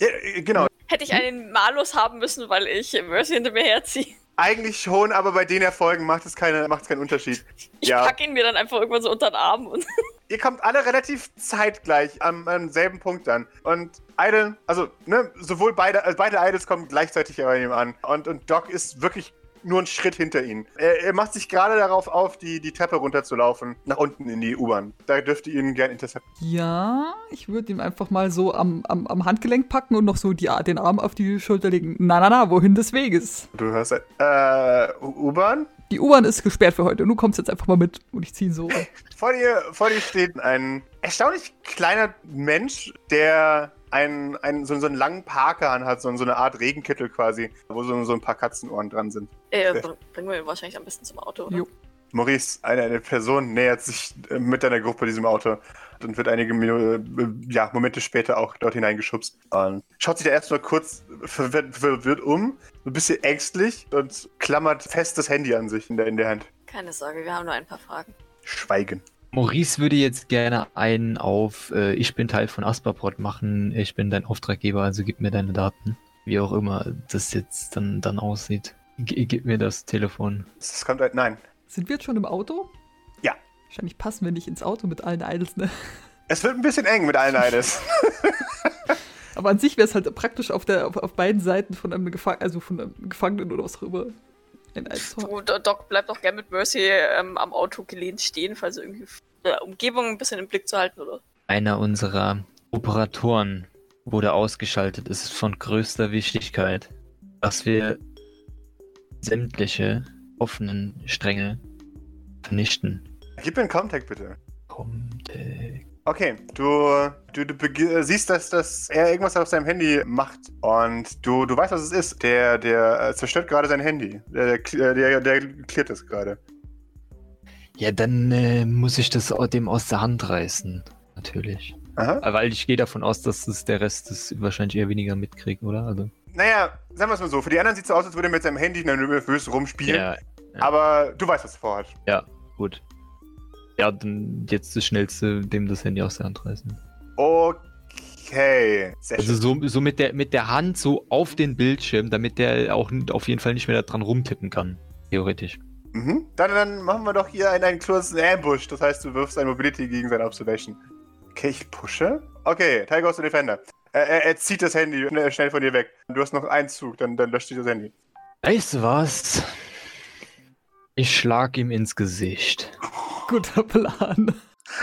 [SPEAKER 1] Ja, äh, genau.
[SPEAKER 3] Hätte ich einen Malus haben müssen, weil ich Mercy hinter mir herziehe.
[SPEAKER 1] Eigentlich schon, aber bei den Erfolgen macht es, keine, macht es keinen Unterschied.
[SPEAKER 3] Ich
[SPEAKER 1] Ja.
[SPEAKER 3] pack ihn mir dann einfach irgendwann so unter den Arm und
[SPEAKER 1] Ihr kommt alle relativ zeitgleich am, am selben Punkt an. Und Idle, also, ne, sowohl beide, also beide Idols kommen gleichzeitig bei ihm an. Und, und Doc ist wirklich nur einen Schritt hinter ihnen. Er, er macht sich gerade darauf auf, die, die Treppe runterzulaufen, nach unten in die U-Bahn. Da dürft ihr ihn gern intercepten.
[SPEAKER 4] Ja, ich würde ihm einfach mal so am, am, am Handgelenk packen und noch so die, Ar- den Arm auf die Schulter legen. Na, na, na, wohin des Weges?
[SPEAKER 1] Du hörst, äh, U- U-Bahn?
[SPEAKER 4] Die U-Bahn ist gesperrt für heute und du kommst jetzt einfach mal mit und ich ziehe ihn so.
[SPEAKER 1] Vor dir, vor dir steht ein erstaunlich kleiner Mensch, der einen, einen, so, so einen langen Parker anhat, so, so eine Art Regenkittel quasi, wo so, so ein paar Katzenohren dran sind.
[SPEAKER 3] äh, br- bringen wir ihn wahrscheinlich am besten zum Auto. Oder?
[SPEAKER 4] Jo.
[SPEAKER 1] Maurice, eine, eine Person nähert sich äh, mit deiner Gruppe diesem Auto und wird einige Minu äh, ja, Momente später auch dort hineingeschubst. Und schaut sich da erstmal kurz verwirrt, verwirrt um, ein bisschen ängstlich und klammert fest das Handy an sich in der, in der Hand.
[SPEAKER 3] Keine Sorge, wir haben nur ein paar Fragen.
[SPEAKER 1] Schweigen.
[SPEAKER 2] Maurice würde jetzt gerne einen auf äh, Ich bin Teil von Asperport machen, ich bin dein Auftraggeber, also gib mir deine Daten. Wie auch immer das jetzt dann, dann aussieht. G gib mir das Telefon.
[SPEAKER 1] Es kommt ein, nein.
[SPEAKER 4] Sind wir jetzt schon im Auto?
[SPEAKER 1] Ja.
[SPEAKER 4] Wahrscheinlich passen wir nicht ins Auto mit allen Idols, ne?
[SPEAKER 1] Es wird ein bisschen eng mit allen Eides.
[SPEAKER 4] Aber an sich wäre es halt praktisch auf, der, auf, auf beiden Seiten von einem, Gefa also von einem Gefangenen oder was auch immer ein
[SPEAKER 3] Du,
[SPEAKER 4] Eidtor.
[SPEAKER 3] Do- Doc bleibt auch gerne mit Mercy ähm, am Auto gelehnt stehen, falls er irgendwie der Umgebung ein bisschen im Blick zu halten oder
[SPEAKER 2] Einer unserer Operatoren wurde ausgeschaltet. Es ist von größter Wichtigkeit, dass wir sämtliche offenen Stränge vernichten.
[SPEAKER 1] Gib mir einen Contact bitte.
[SPEAKER 2] Kommt, äh,
[SPEAKER 1] Okay, du, du, du beg- siehst, dass, dass er irgendwas auf seinem Handy macht und du, du weißt, was es ist. Der, der äh, zerstört gerade sein Handy. Der, der, der, der klärt es gerade.
[SPEAKER 2] Ja, dann äh, muss ich das au- dem aus der Hand reißen. Natürlich.
[SPEAKER 1] Aha.
[SPEAKER 2] Weil ich gehe davon aus, dass es der Rest das wahrscheinlich eher weniger mitkriegt, oder? Also,
[SPEAKER 1] Naja, sagen wir es mal so. Für die anderen sieht es so aus, als würde er mit seinem Handy nervös rumspielen.
[SPEAKER 2] ja,
[SPEAKER 1] Aber du weißt, was er vorhat.
[SPEAKER 2] gut. Ja, dann jetzt das Schnellste, dem das Handy aus der Hand reißen.
[SPEAKER 1] Okay. Sehr
[SPEAKER 2] Also
[SPEAKER 1] schön.
[SPEAKER 2] so, so mit, der, mit der Hand so auf den Bildschirm, damit der auch n- auf jeden Fall nicht mehr da dran rumtippen kann. Theoretisch.
[SPEAKER 1] Mhm. Dann, dann machen wir doch hier einen, einen kurzen Ambush. Das heißt, du wirfst ein Mobility gegen sein Observation. Okay, ich pushe. Okay, Tiger aus der Defender. Er, er, er zieht das Handy schnell- schnell von dir weg. Du hast noch einen Zug, dann, dann löscht dich das Handy.
[SPEAKER 2] Weißt du was? Ich schlag ihm ins Gesicht.
[SPEAKER 4] Guter Plan.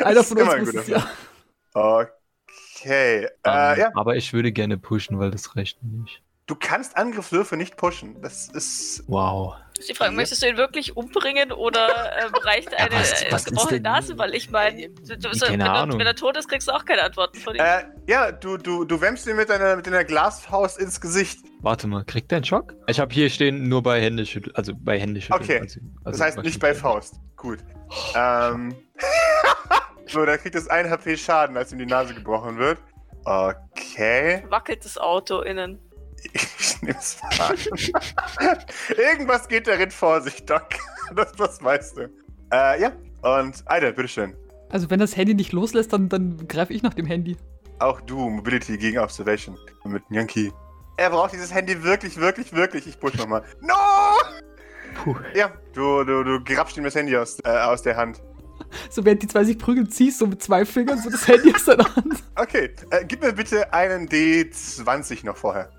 [SPEAKER 4] Einer von
[SPEAKER 1] ist immer
[SPEAKER 4] uns
[SPEAKER 1] ein
[SPEAKER 4] muss
[SPEAKER 1] guter
[SPEAKER 4] es ja.
[SPEAKER 1] Okay. Äh,
[SPEAKER 2] Ähm,
[SPEAKER 1] ja,
[SPEAKER 2] Aber ich würde gerne pushen, weil das reicht mir nicht.
[SPEAKER 1] du kannst Angriffswürfe nicht pushen. Das ist.
[SPEAKER 2] Wow.
[SPEAKER 3] Ist die Frage,
[SPEAKER 1] Ja.
[SPEAKER 3] möchtest du ihn wirklich umbringen oder ähm, reicht eine
[SPEAKER 2] was-
[SPEAKER 3] äh,
[SPEAKER 2] was ist
[SPEAKER 3] gebrochene
[SPEAKER 2] denn-
[SPEAKER 3] Nase? Weil ich meine, du- du-
[SPEAKER 2] Keine
[SPEAKER 3] wenn, er-
[SPEAKER 2] Ahnung.
[SPEAKER 3] wenn er tot ist, kriegst du auch keine Antworten von ihm.
[SPEAKER 1] Äh, ja, du, du, du wämmst ihn mit deiner, mit deiner Glasfaust ins Gesicht.
[SPEAKER 2] Warte mal, kriegt der einen Schock? Ich habe hier stehen nur bei Händeschütteln, also bei Händeschütteln.
[SPEAKER 1] Okay,
[SPEAKER 2] Also,
[SPEAKER 1] Das
[SPEAKER 2] also
[SPEAKER 1] heißt nicht bei
[SPEAKER 2] Schütteln.
[SPEAKER 1] Faust. Gut. Ähm. so, da kriegt es 1 HP Schaden, als ihm die Nase gebrochen wird. Okay.
[SPEAKER 3] Wackelt das Auto innen.
[SPEAKER 1] Ich nehm's mal. Irgendwas geht darin vor sich, Doc. Das, das weißt du. Äh, ja. Und Idle, bitteschön.
[SPEAKER 4] Also wenn das Handy nicht loslässt, dann, dann greife ich nach dem Handy.
[SPEAKER 1] Auch du, Mobility gegen Observation. Mit Yankee. Er braucht dieses Handy wirklich, wirklich, wirklich. Ich push nochmal. No!
[SPEAKER 2] Puh.
[SPEAKER 1] Ja, du, du, du grabst ihm das Handy aus, äh, aus der Hand.
[SPEAKER 4] So während die zwei sich prügeln, ziehst du mit zwei Fingern so das Handy aus deiner Hand.
[SPEAKER 1] Okay, äh, gib mir bitte einen D20 noch vorher.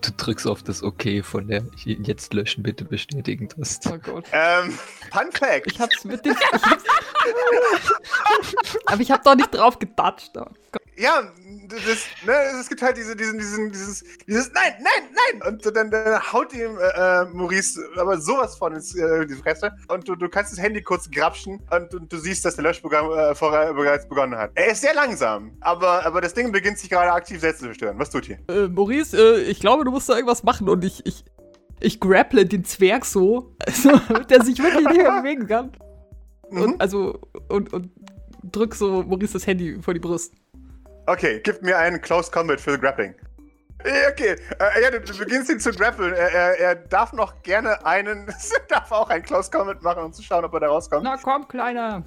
[SPEAKER 5] Du drückst auf das OK von der hier, jetzt löschen bitte bestätigen Taste.
[SPEAKER 4] Oh Gott.
[SPEAKER 1] Ähm, Fun Fact.
[SPEAKER 4] Ich hab's mit dem. Ich hab's, aber ich hab doch nicht drauf gedatscht. Oh Gott.
[SPEAKER 1] ja, das, ne, es gibt halt diese, diesen, diesen, dieses, dieses, nein, nein, nein! Und dann, dann haut ihm äh, äh, Maurice aber sowas von ins, äh, in die Fresse und du, du kannst das Handy kurz grapschen und, und du siehst, dass der Löschprogramm äh, vorher bereits begonnen hat. Er ist sehr langsam, aber, aber das Ding beginnt sich gerade aktiv selbst zu zerstören. Was tut ihr?
[SPEAKER 4] Äh, Maurice, äh, ich glaube, du musst da irgendwas machen und ich, ich, ich grapple den Zwerg so, also, damit der sich wirklich nicht mehr bewegen kann.
[SPEAKER 1] Mhm.
[SPEAKER 4] Und, also, und, und drück so Maurice das Handy vor die Brust.
[SPEAKER 1] Okay, gib mir einen Close Combat für Grappling. Äh, Okay, äh, ja, du, du beginnst ihn zu grappeln. Er, er, er darf noch gerne einen, darf auch einen Close Combat machen, um zu schauen, ob er da rauskommt.
[SPEAKER 4] Na komm, Kleiner.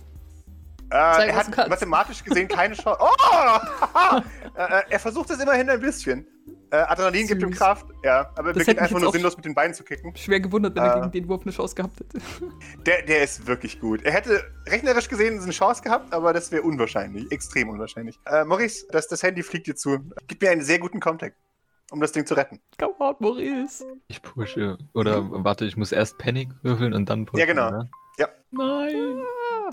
[SPEAKER 1] Äh, er
[SPEAKER 4] was du
[SPEAKER 1] hat
[SPEAKER 4] kannst.
[SPEAKER 1] mathematisch gesehen keine Chance. Oh! äh, äh, er versucht es immerhin ein bisschen. Äh, Adrenalin gibt ihm
[SPEAKER 4] Süß.
[SPEAKER 1] Kraft, ja, aber er
[SPEAKER 4] Das
[SPEAKER 1] beginnt
[SPEAKER 4] hätte mich
[SPEAKER 1] einfach
[SPEAKER 4] jetzt
[SPEAKER 1] nur
[SPEAKER 4] auch-
[SPEAKER 1] sinnlos mit den Beinen zu kicken.
[SPEAKER 4] Schwer gewundert, wenn er
[SPEAKER 1] Äh.
[SPEAKER 4] gegen den Wurf eine Chance gehabt hätte.
[SPEAKER 1] Der, der ist wirklich gut. Er hätte rechnerisch gesehen eine Chance gehabt, aber das wäre unwahrscheinlich, extrem unwahrscheinlich. Äh, Maurice, das, das Handy fliegt dir zu. Gib mir einen sehr guten Contact, um das Ding zu retten.
[SPEAKER 4] Come on, Maurice.
[SPEAKER 5] Ich pushe. Oder warte, ich muss erst Panic würfeln und dann pushen.
[SPEAKER 1] Ja, genau.
[SPEAKER 5] ne?
[SPEAKER 4] Nein.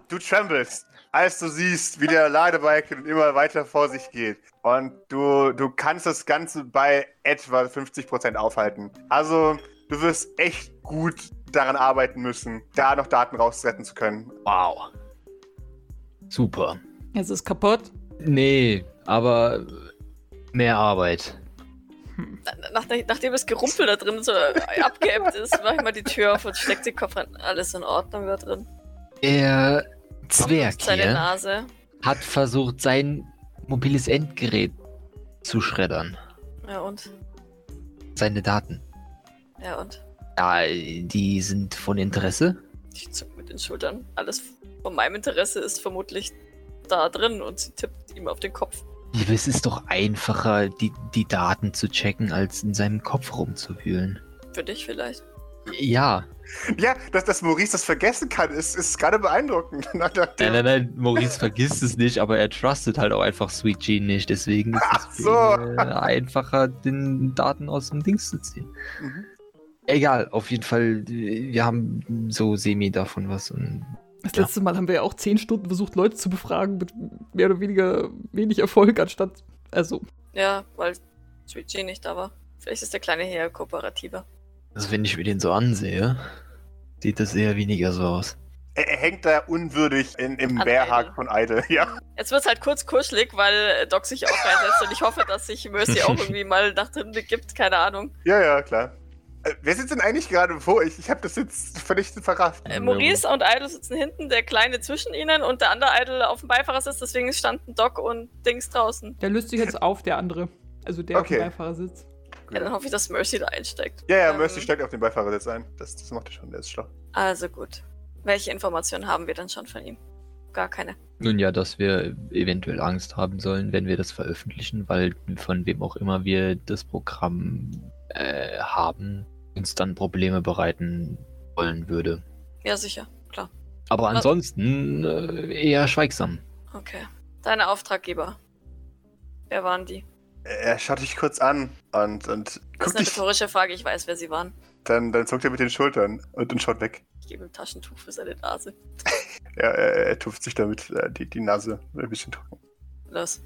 [SPEAKER 1] Du tremblest, als du siehst, wie der Ladebalken immer weiter vor sich geht. Und du, du kannst das Ganze bei etwa 50% aufhalten. Also, du wirst echt gut daran arbeiten müssen, da noch Daten rausretten zu können.
[SPEAKER 5] Wow. Super.
[SPEAKER 4] Es ist kaputt.
[SPEAKER 5] Nee, aber mehr Arbeit.
[SPEAKER 3] Nach, nachdem das Gerumpel da drin so äh, abgeebbt ist, mach ich mal die Tür auf und steck den Kopf rein. Alles in Ordnung da drin.
[SPEAKER 5] Der Zwerg
[SPEAKER 3] Seine
[SPEAKER 5] hier
[SPEAKER 3] Nase.
[SPEAKER 5] hat versucht, sein mobiles Endgerät zu schreddern.
[SPEAKER 3] Ja und?
[SPEAKER 5] Seine Daten.
[SPEAKER 3] Ja und?
[SPEAKER 5] Ja, die sind von Interesse.
[SPEAKER 3] Ich zuck mit den Schultern. Alles von meinem Interesse ist vermutlich da drin und sie tippt ihm auf den Kopf.
[SPEAKER 5] Ja, Es ist doch einfacher, die, die Daten zu checken, als in seinem Kopf rumzuwühlen.
[SPEAKER 3] Für dich vielleicht.
[SPEAKER 5] Ja.
[SPEAKER 1] Ja, dass, dass Maurice das vergessen kann, ist, ist gerade beeindruckend. Na, da-
[SPEAKER 5] Nein, nein, nein, Maurice vergisst es nicht, aber er trustet halt auch einfach Sweet Jean nicht. Deswegen ist
[SPEAKER 1] Ach
[SPEAKER 5] es
[SPEAKER 1] so.
[SPEAKER 5] äh, einfacher, den Daten aus dem Dings zu ziehen.
[SPEAKER 1] Mhm.
[SPEAKER 5] Egal, auf jeden Fall, äh, wir haben so semi davon was. Und
[SPEAKER 4] Das
[SPEAKER 5] Ja.
[SPEAKER 4] letzte Mal haben wir ja auch zehn Stunden versucht, Leute zu befragen, mit mehr oder weniger wenig Erfolg, anstatt. Also,
[SPEAKER 3] Ja, weil Sweet Jean nicht da war. Vielleicht ist der kleine Herr kooperativer.
[SPEAKER 5] also wenn ich mir den so ansehe, sieht das eher weniger so aus.
[SPEAKER 1] er, er hängt da unwürdig in, im
[SPEAKER 3] An
[SPEAKER 1] Bärhag
[SPEAKER 3] Idle.
[SPEAKER 1] von Idle. Ja.
[SPEAKER 3] Jetzt wird's halt kurz kuschelig, weil äh, Doc sich auch reinsetzt und ich hoffe, dass sich Mercy auch irgendwie mal nach drin begibt. Keine Ahnung.
[SPEAKER 1] ja, ja, klar. Äh, Wer sitzt denn eigentlich gerade wo? Ich, ich habe das jetzt vernichtet verrafft.
[SPEAKER 3] Äh, Maurice und Idol sitzen hinten, der Kleine zwischen ihnen und der andere Idol auf dem Beifahrersitz, deswegen standen Doc und Dings draußen.
[SPEAKER 4] der löst sich jetzt auf, der andere. Also der
[SPEAKER 1] auf dem Okay.
[SPEAKER 4] Beifahrersitz.
[SPEAKER 3] Ja, dann hoffe ich, dass Mercy da einsteigt.
[SPEAKER 1] Ja, ja,
[SPEAKER 3] Ähm,
[SPEAKER 1] Mercy steigt auf den Beifahrersitz ein. Das, das macht er schon, der ist schlau.
[SPEAKER 3] Also gut. Welche Informationen haben wir dann schon von ihm? Gar keine.
[SPEAKER 5] Nun ja, dass wir eventuell Angst haben sollen, wenn wir das veröffentlichen, weil von wem auch immer wir das Programm äh, haben, uns dann Probleme bereiten wollen würde.
[SPEAKER 3] Ja, sicher. Klar.
[SPEAKER 5] Aber
[SPEAKER 3] Was-
[SPEAKER 5] ansonsten äh, eher schweigsam.
[SPEAKER 3] Okay. Deine Auftraggeber. Wer waren die?
[SPEAKER 1] Äh, Er schaut dich kurz an und, und
[SPEAKER 3] Das ist
[SPEAKER 1] guckt
[SPEAKER 3] eine
[SPEAKER 1] dich,
[SPEAKER 3] rhetorische Frage, ich weiß, wer sie waren.
[SPEAKER 1] dann, dann zuckt er mit den Schultern und, und schaut weg.
[SPEAKER 3] Ich gebe ihm Taschentuch für seine Nase.
[SPEAKER 1] Er, er, er tupft sich damit äh, die, die Nase ein bisschen trocken.
[SPEAKER 3] Los.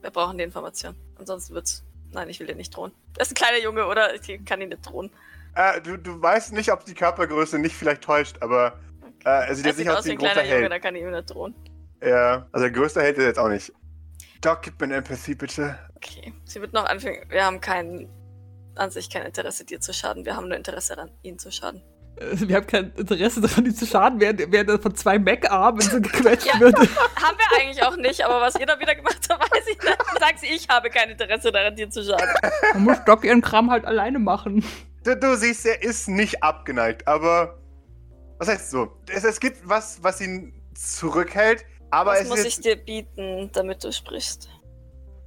[SPEAKER 3] Wir brauchen die Information. Ansonsten wird's. Nein, ich will dir nicht drohen. Er ist ein kleiner Junge, oder? Ich kann ihn nicht drohen.
[SPEAKER 1] Äh, du, du weißt nicht, ob die Körpergröße nicht vielleicht täuscht, aber äh, er sieht
[SPEAKER 3] Er
[SPEAKER 1] jetzt
[SPEAKER 3] sieht
[SPEAKER 1] nicht aus
[SPEAKER 3] aus
[SPEAKER 1] wie
[SPEAKER 3] wie
[SPEAKER 1] ein
[SPEAKER 3] ein
[SPEAKER 1] großer
[SPEAKER 3] kleiner Junge,
[SPEAKER 1] Held.
[SPEAKER 3] da kann ich ihm nicht drohen.
[SPEAKER 1] Ja, also der größte Held ist er jetzt auch nicht. Doc, gib mir eine Empathie, bitte.
[SPEAKER 3] Okay. Sie wird noch anfangen. Wir haben kein, an sich kein Interesse, dir zu schaden. Wir haben nur Interesse daran, ihnen zu schaden.
[SPEAKER 4] Also Wir haben kein Interesse daran, ihm zu schaden, während, während er von zwei Mac-Armen so gequetscht
[SPEAKER 3] Ja.
[SPEAKER 4] wird.
[SPEAKER 3] haben wir eigentlich auch nicht, aber was ihr da wieder gemacht habt, weiß ich nicht. Sagst ich habe kein Interesse daran, dir zu schaden.
[SPEAKER 4] Man muss Doc ihren Kram halt alleine machen.
[SPEAKER 1] Du, du siehst, er ist nicht abgeneigt, aber was heißt so? Es, es gibt was, was ihn zurückhält, aber
[SPEAKER 3] was
[SPEAKER 1] es
[SPEAKER 3] muss
[SPEAKER 1] ist
[SPEAKER 3] ich dir bieten, damit du sprichst?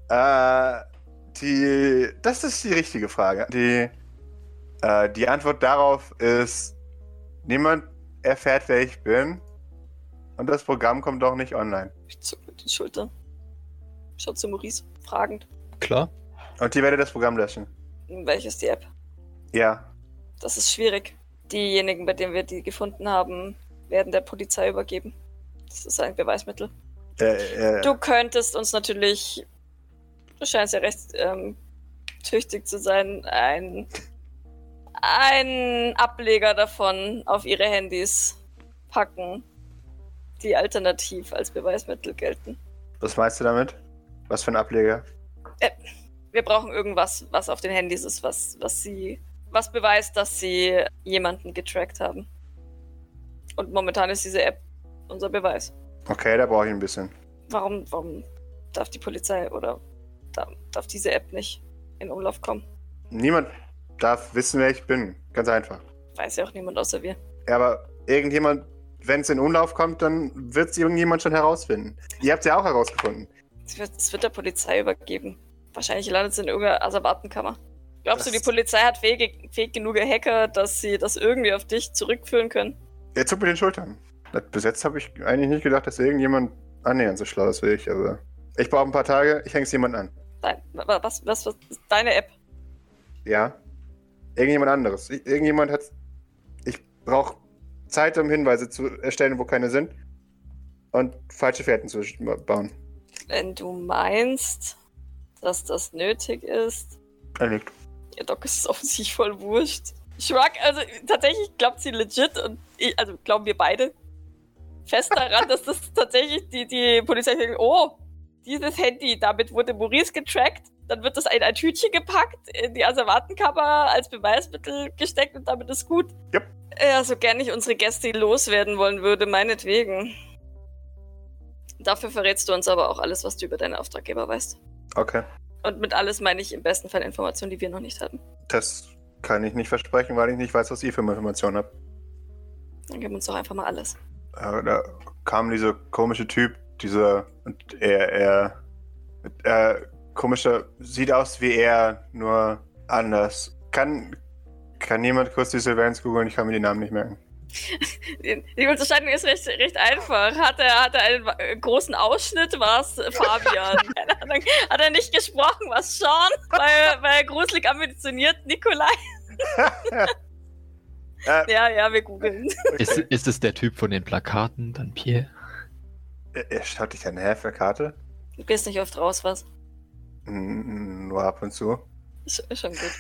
[SPEAKER 1] Äh, die, das ist die richtige Frage. Die, äh, die Antwort darauf ist, niemand erfährt, wer ich bin. Und das Programm kommt auch nicht online.
[SPEAKER 3] Ich zuck mit den Schultern. Schau zu Maurice, fragend.
[SPEAKER 5] Klar.
[SPEAKER 1] Und die werde das Programm löschen.
[SPEAKER 3] welches die App.
[SPEAKER 1] Ja,
[SPEAKER 3] Das ist schwierig. Diejenigen, bei denen wir die gefunden haben, werden der Polizei übergeben. Das ist ein Beweismittel.
[SPEAKER 1] Äh, äh,
[SPEAKER 3] Du könntest uns natürlich, du scheinst ja recht ähm, tüchtig zu sein, ein, ein Ableger davon auf ihre Handys packen, die alternativ als Beweismittel gelten.
[SPEAKER 1] was meinst du damit? Was für ein Ableger?
[SPEAKER 3] Wir brauchen irgendwas, was auf den Handys ist, was, was sie, was beweist, dass sie jemanden getrackt haben. Und momentan ist diese App unser Beweis.
[SPEAKER 1] Okay, da brauche ich ein bisschen.
[SPEAKER 3] warum, warum darf die Polizei oder da, darf diese App nicht in Umlauf kommen?
[SPEAKER 1] Niemand darf wissen, wer ich bin. Ganz einfach.
[SPEAKER 3] Weiß ja auch niemand außer wir.
[SPEAKER 1] Ja, aber irgendjemand, wenn es in Umlauf kommt, dann wird es irgendjemand schon herausfinden. Ihr habt es ja auch herausgefunden.
[SPEAKER 3] Es wird, es wird der Polizei übergeben. Wahrscheinlich landet es in irgendeiner Asservatenkammer. Glaubst du,
[SPEAKER 1] Das-
[SPEAKER 3] die Polizei hat fähige, fähig genug Hacker, dass sie das irgendwie auf dich zurückführen können?
[SPEAKER 1] Er zuckt mit den Schultern. Das- Bis jetzt habe ich eigentlich nicht gedacht, dass irgendjemand annähernd so schlau ist wie ich, aber. Ich brauche ein paar Tage, ich hänge es jemand an.
[SPEAKER 3] Nein, wa- was, was, was ist deine App?
[SPEAKER 1] Ja. Irgendjemand anderes. Ich- Irgendjemand hat. Ich brauche Zeit, um Hinweise zu erstellen, wo keine sind. Und falsche Fährten zu bauen.
[SPEAKER 3] Wenn du meinst, dass das nötig ist,
[SPEAKER 1] Er nickt.
[SPEAKER 3] Ja, Doc ist es offensichtlich voll wurscht. Shrug, also tatsächlich glaubt sie legit und ich, also glauben wir beide fest daran, dass das tatsächlich die, die Polizei denkt, oh, dieses Handy, damit wurde Maurice getrackt, dann wird das in ein Tütchen gepackt, in die Asservatenkammer als Beweismittel gesteckt und damit ist gut.
[SPEAKER 1] Yep.
[SPEAKER 3] Ja, so gern ich unsere Gäste loswerden wollen würde, meinetwegen. Dafür verrätst du uns aber auch alles, was du über deine Auftraggeber weißt.
[SPEAKER 1] Okay.
[SPEAKER 3] Und mit alles meine ich im besten Fall Informationen, die wir noch nicht hatten.
[SPEAKER 1] Das kann ich nicht versprechen, weil ich nicht weiß, was ihr für Informationen habt.
[SPEAKER 3] Dann gib uns doch einfach mal alles.
[SPEAKER 1] Äh, Da kam dieser komische Typ, dieser. Und er, er. Äh, komischer. Sieht aus wie er, nur anders. Kann. Kann jemand kurz die Silvanz googeln? Ich kann mir die Namen nicht merken.
[SPEAKER 3] Die die Unterscheidung ist recht, recht einfach. Hat er, hat er einen wa- äh, großen Ausschnitt, war es äh, Fabian. Keine Ahnung. hat er nicht gesprochen, war es Sean? Weil, weil gruselig ambitioniert Nikolai.
[SPEAKER 1] Äh,
[SPEAKER 3] Ja, ja, wir googeln.
[SPEAKER 6] Ist, ist es der Typ von den Plakaten, dann Pierre?
[SPEAKER 1] Er, er schaut dich an. Hä, für Karte?
[SPEAKER 3] Du gehst nicht oft raus, was?
[SPEAKER 1] Mm, Nur ab und zu.
[SPEAKER 3] Ist, ist schon gut.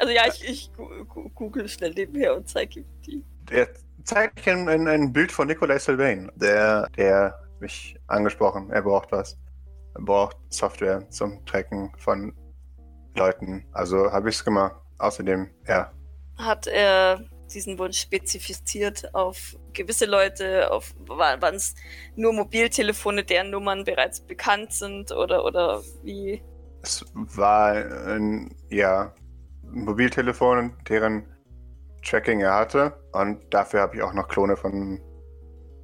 [SPEAKER 3] Also ja, ich, ich gu- gu- google schnell nebenher und zeige ihm die.
[SPEAKER 1] Er zeigt dir ein, ein, ein Bild von Nikolai Sylvain. Der, der hat mich angesprochen. Er braucht was. Er braucht Software zum Tracken von Leuten. Also habe ich es gemacht. Außerdem, ja.
[SPEAKER 3] Hat er diesen Wunsch spezifiziert auf gewisse Leute, auf wann es nur Mobiltelefone, deren Nummern bereits bekannt sind oder, oder wie?
[SPEAKER 1] Es war ein, ja, ein Mobiltelefon, deren Tracking er hatte. Und dafür habe ich auch noch Klone von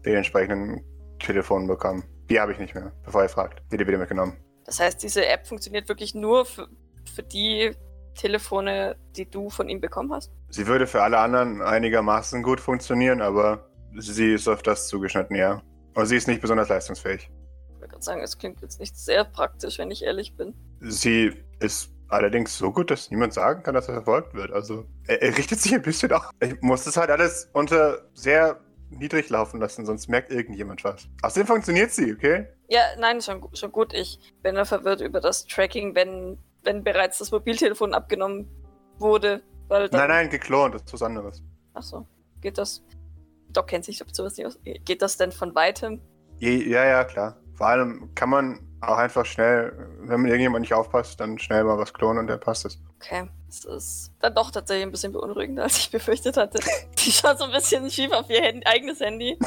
[SPEAKER 1] den entsprechenden Telefonen bekommen. Die habe ich nicht mehr, bevor ihr fragt. Die die wieder mitgenommen.
[SPEAKER 3] Das heißt, diese App funktioniert wirklich nur für, für die Telefone, die du von ihm bekommen hast.
[SPEAKER 1] Sie würde für alle anderen einigermaßen gut funktionieren, aber sie ist auf das zugeschnitten, ja. Und sie ist nicht besonders leistungsfähig.
[SPEAKER 3] Ich würde gerade sagen, es klingt jetzt nicht sehr praktisch, wenn ich ehrlich bin.
[SPEAKER 1] Sie ist allerdings so gut, dass niemand sagen kann, dass er verfolgt wird. Also er, er richtet sich ein bisschen auf. Ich muss das halt alles unter sehr niedrig laufen lassen, sonst merkt irgendjemand was. Außerdem funktioniert sie, okay?
[SPEAKER 3] Ja, nein, schon, gu- schon gut. Ich bin nur verwirrt über das Tracking, wenn, wenn bereits das Mobiltelefon abgenommen wurde. Weil dann
[SPEAKER 1] Nein, nein, geklont, das ist was anderes.
[SPEAKER 3] Achso, geht das. Doc kennt sich mit sowas nicht aus. Geht das denn von weitem?
[SPEAKER 1] Je, ja, ja, klar. Vor allem kann man auch einfach schnell, wenn man irgendjemand nicht aufpasst, dann schnell mal was klonen und dann passt es.
[SPEAKER 3] Okay, das ist dann doch tatsächlich ein bisschen beunruhigender, als ich befürchtet hatte. Die schaut so ein bisschen schief auf ihr Hand- eigenes Handy.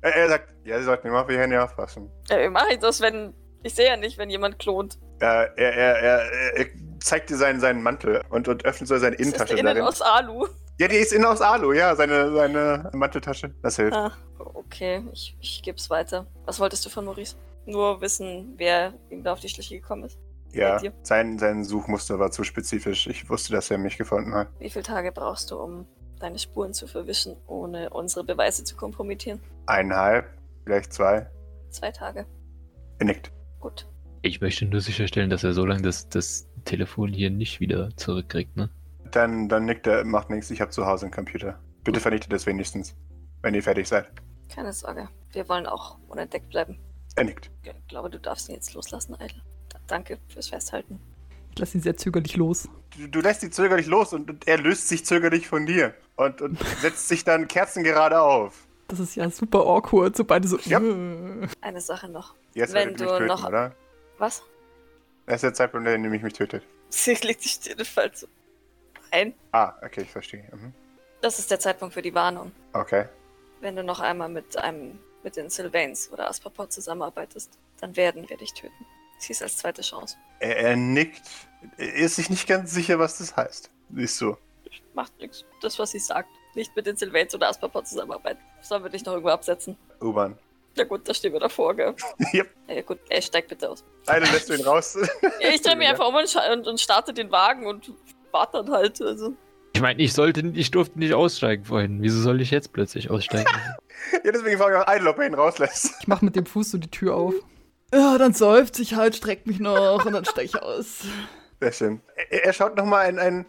[SPEAKER 1] Er, er sagt, ja, sie sollten immer auf ihr Handy aufpassen.
[SPEAKER 3] Äh, wie mache ich das, wenn. Ich sehe ja nicht, wenn jemand klont.
[SPEAKER 1] Äh, er, er, er, er zeigt dir seinen, seinen Mantel und, und öffnet so seine
[SPEAKER 3] Ist das
[SPEAKER 1] Innentasche
[SPEAKER 3] innen
[SPEAKER 1] darin.
[SPEAKER 3] aus Alu?
[SPEAKER 1] Ja, die ist innen aus Alu, ja, seine, seine Manteltasche. Das hilft.
[SPEAKER 3] Ah, okay, ich, ich geb's weiter. Was wolltest du von Maurice? Nur wissen, wer ihm da auf die Schliche gekommen ist.
[SPEAKER 1] ja,
[SPEAKER 3] mit dir.
[SPEAKER 1] sein, sein Suchmuster war zu spezifisch. Ich wusste, dass er mich gefunden hat.
[SPEAKER 3] Wie viele Tage brauchst du, um deine Spuren zu verwischen, ohne unsere Beweise zu kompromittieren?
[SPEAKER 1] Eineinhalb, vielleicht zwei.
[SPEAKER 3] Zwei Tage.
[SPEAKER 1] Er nickt.
[SPEAKER 3] Gut.
[SPEAKER 6] Ich möchte nur sicherstellen, dass er so lange das, das Telefon hier nicht wieder zurückkriegt, ne?
[SPEAKER 1] Dann, dann nickt er, macht nichts. Ich habe zu Hause einen Computer. Bitte vernichtet es wenigstens, wenn ihr fertig seid.
[SPEAKER 3] Keine Sorge. Wir wollen auch unentdeckt bleiben.
[SPEAKER 1] Er nickt.
[SPEAKER 3] Ich glaube, du darfst ihn jetzt loslassen, Eitel. D- Danke fürs Festhalten.
[SPEAKER 4] Ich lasse ihn sehr zögerlich los.
[SPEAKER 1] Du, du lässt sie zögerlich los und, und er löst sich zögerlich von dir und, und setzt sich dann kerzengerade auf.
[SPEAKER 4] Das ist ja super awkward, so beide so.
[SPEAKER 1] Ja.
[SPEAKER 4] äh.
[SPEAKER 3] Eine Sache noch.
[SPEAKER 1] Jetzt
[SPEAKER 3] Wenn
[SPEAKER 1] werdet ihr
[SPEAKER 3] du
[SPEAKER 1] mich töten,
[SPEAKER 3] noch-
[SPEAKER 1] oder?
[SPEAKER 3] Was?
[SPEAKER 1] Das ist der Zeitpunkt, in dem ich mich tötet.
[SPEAKER 3] Sie legt die Stirn falsch so ein.
[SPEAKER 1] Ah, okay, ich verstehe. Mhm.
[SPEAKER 3] Das ist der Zeitpunkt für die Warnung.
[SPEAKER 1] Okay.
[SPEAKER 3] Wenn du noch einmal mit einem, mit den Sylvains oder Aspaport zusammenarbeitest, dann werden wir dich töten. Sie ist als zweite Chance.
[SPEAKER 1] Er, er nickt. Er ist sich nicht ganz sicher, was das heißt. Siehst du.
[SPEAKER 3] Macht nichts. Das, was sie sagt. Nicht mit den Sylvains oder Aspaport zusammenarbeiten. Sollen wir dich noch irgendwo absetzen?
[SPEAKER 1] U-Bahn.
[SPEAKER 3] Na gut, da stehen wir davor, gell?
[SPEAKER 1] Yep.
[SPEAKER 3] Ja gut, ey, steig bitte aus.
[SPEAKER 1] Eine lässt du ihn raus.
[SPEAKER 3] Ja, ich drehe mich einfach um und, scha- und, und starte den Wagen und warte dann halt. Also.
[SPEAKER 6] Ich meine, ich sollte, ich durfte nicht aussteigen vorhin. Wieso soll ich jetzt plötzlich aussteigen?
[SPEAKER 1] ja, deswegen frage ich auch Idle, ob er ihn rauslässt.
[SPEAKER 4] Ich mache mit dem Fuß so die Tür auf. Ja, dann seufzt ich halt, streckt mich noch und dann steig ich aus.
[SPEAKER 1] Sehr schön. Er, er schaut nochmal ein, ein,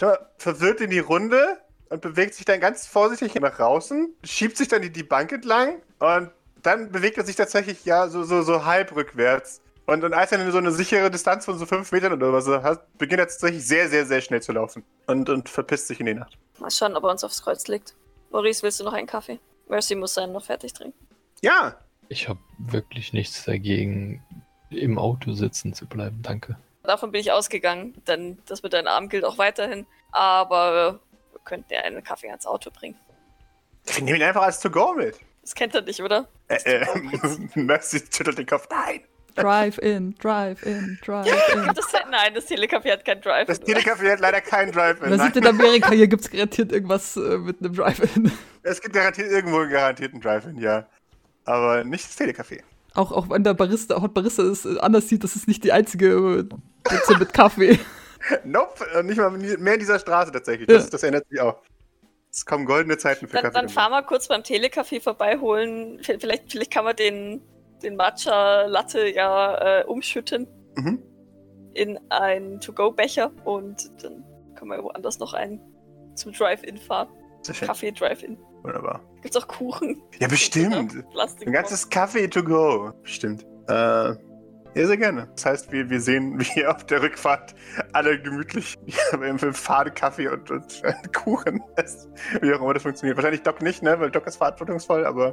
[SPEAKER 1] schau mal, verwirrt in die Runde und bewegt sich dann ganz vorsichtig nach draußen, schiebt sich dann die, die Bank entlang und dann bewegt er sich tatsächlich ja so, so, so halb rückwärts. Und, und als er dann so eine sichere Distanz von so fünf Metern oder was er hat, beginnt er tatsächlich sehr, sehr, sehr schnell zu laufen. Und, und verpisst sich in die Nacht.
[SPEAKER 3] Mal schauen, ob er uns aufs Kreuz legt. Maurice, willst du noch einen Kaffee? Mercy muss seinen noch fertig trinken.
[SPEAKER 1] Ja,
[SPEAKER 6] Ich habe wirklich nichts dagegen, im Auto sitzen zu bleiben, danke.
[SPEAKER 3] Davon bin ich ausgegangen, denn das mit deinem Arm gilt auch weiterhin. Aber äh, wir könnten ja einen Kaffee ans Auto bringen.
[SPEAKER 1] ich nehme ihn einfach als To-Go mit.
[SPEAKER 3] Das kennt er nicht, oder?
[SPEAKER 1] Äh, äh, Mercy schüttelt den Kopf. Nein!
[SPEAKER 4] Drive in, drive in, drive in.
[SPEAKER 3] Das, nein, das Telekaffee hat kein Drive.
[SPEAKER 1] Das Telecafé hat leider keinen Drive-In.
[SPEAKER 4] Wir
[SPEAKER 1] Nein.
[SPEAKER 4] sind in Amerika, hier gibt's garantiert irgendwas äh, mit einem Drive-In.
[SPEAKER 1] Es gibt garantiert irgendwo einen garantierten Drive-In, ja. Aber nicht das Telecafé.
[SPEAKER 4] Auch, auch wenn der Barista, Hot Barista es äh, anders sieht, das ist nicht die einzige äh, Büchse mit Kaffee.
[SPEAKER 1] Nope, äh, nicht mal mehr in dieser Straße tatsächlich. Das,
[SPEAKER 4] Ja.
[SPEAKER 1] das ändert sich auch. Es kommen goldene Zeiten für
[SPEAKER 3] dann, dann
[SPEAKER 1] Kaffee.
[SPEAKER 3] fahr mal kurz beim Telekaffee vorbei, holen. V- Vielleicht, vielleicht kann man den, den Matcha-Latte ja äh, umschütten
[SPEAKER 1] Mhm.
[SPEAKER 3] in einen To-Go-Becher und dann kann man woanders noch einen zum Drive-In fahren.
[SPEAKER 1] Sehr schön.
[SPEAKER 3] Kaffee-Drive-In.
[SPEAKER 1] Wunderbar.
[SPEAKER 3] Gibt's auch Kuchen?
[SPEAKER 1] Ja, bestimmt.
[SPEAKER 3] Plastik.
[SPEAKER 1] Ein ganzes Kaffee to go. Bestimmt. Äh, ja, sehr gerne. Das heißt, wir, wir sehen, wie ihr auf der Rückfahrt alle gemütlich ja, im Faden Kaffee und, und äh, Kuchen esst. Wie auch immer das funktioniert. Wahrscheinlich Doc nicht, ne? Weil Doc ist verantwortungsvoll, aber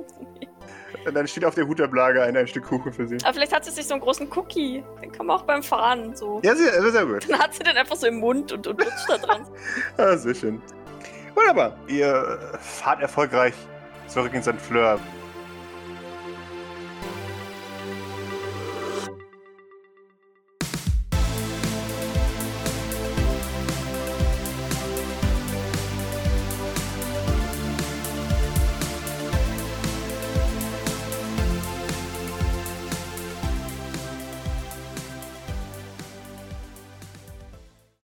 [SPEAKER 1] dann steht auf der Hutablage ein, ein Stück Kuchen für sie.
[SPEAKER 3] Aber vielleicht hat sie sich so einen großen Cookie. Den kann man auch beim Fahren so.
[SPEAKER 1] Ja, sehr, sehr, sehr gut.
[SPEAKER 3] Dann hat sie den einfach so im Mund und, und lutscht da dran.
[SPEAKER 1] Ah, sehr schön. Wunderbar. Ihr äh, fahrt erfolgreich zurück in St. Fleur.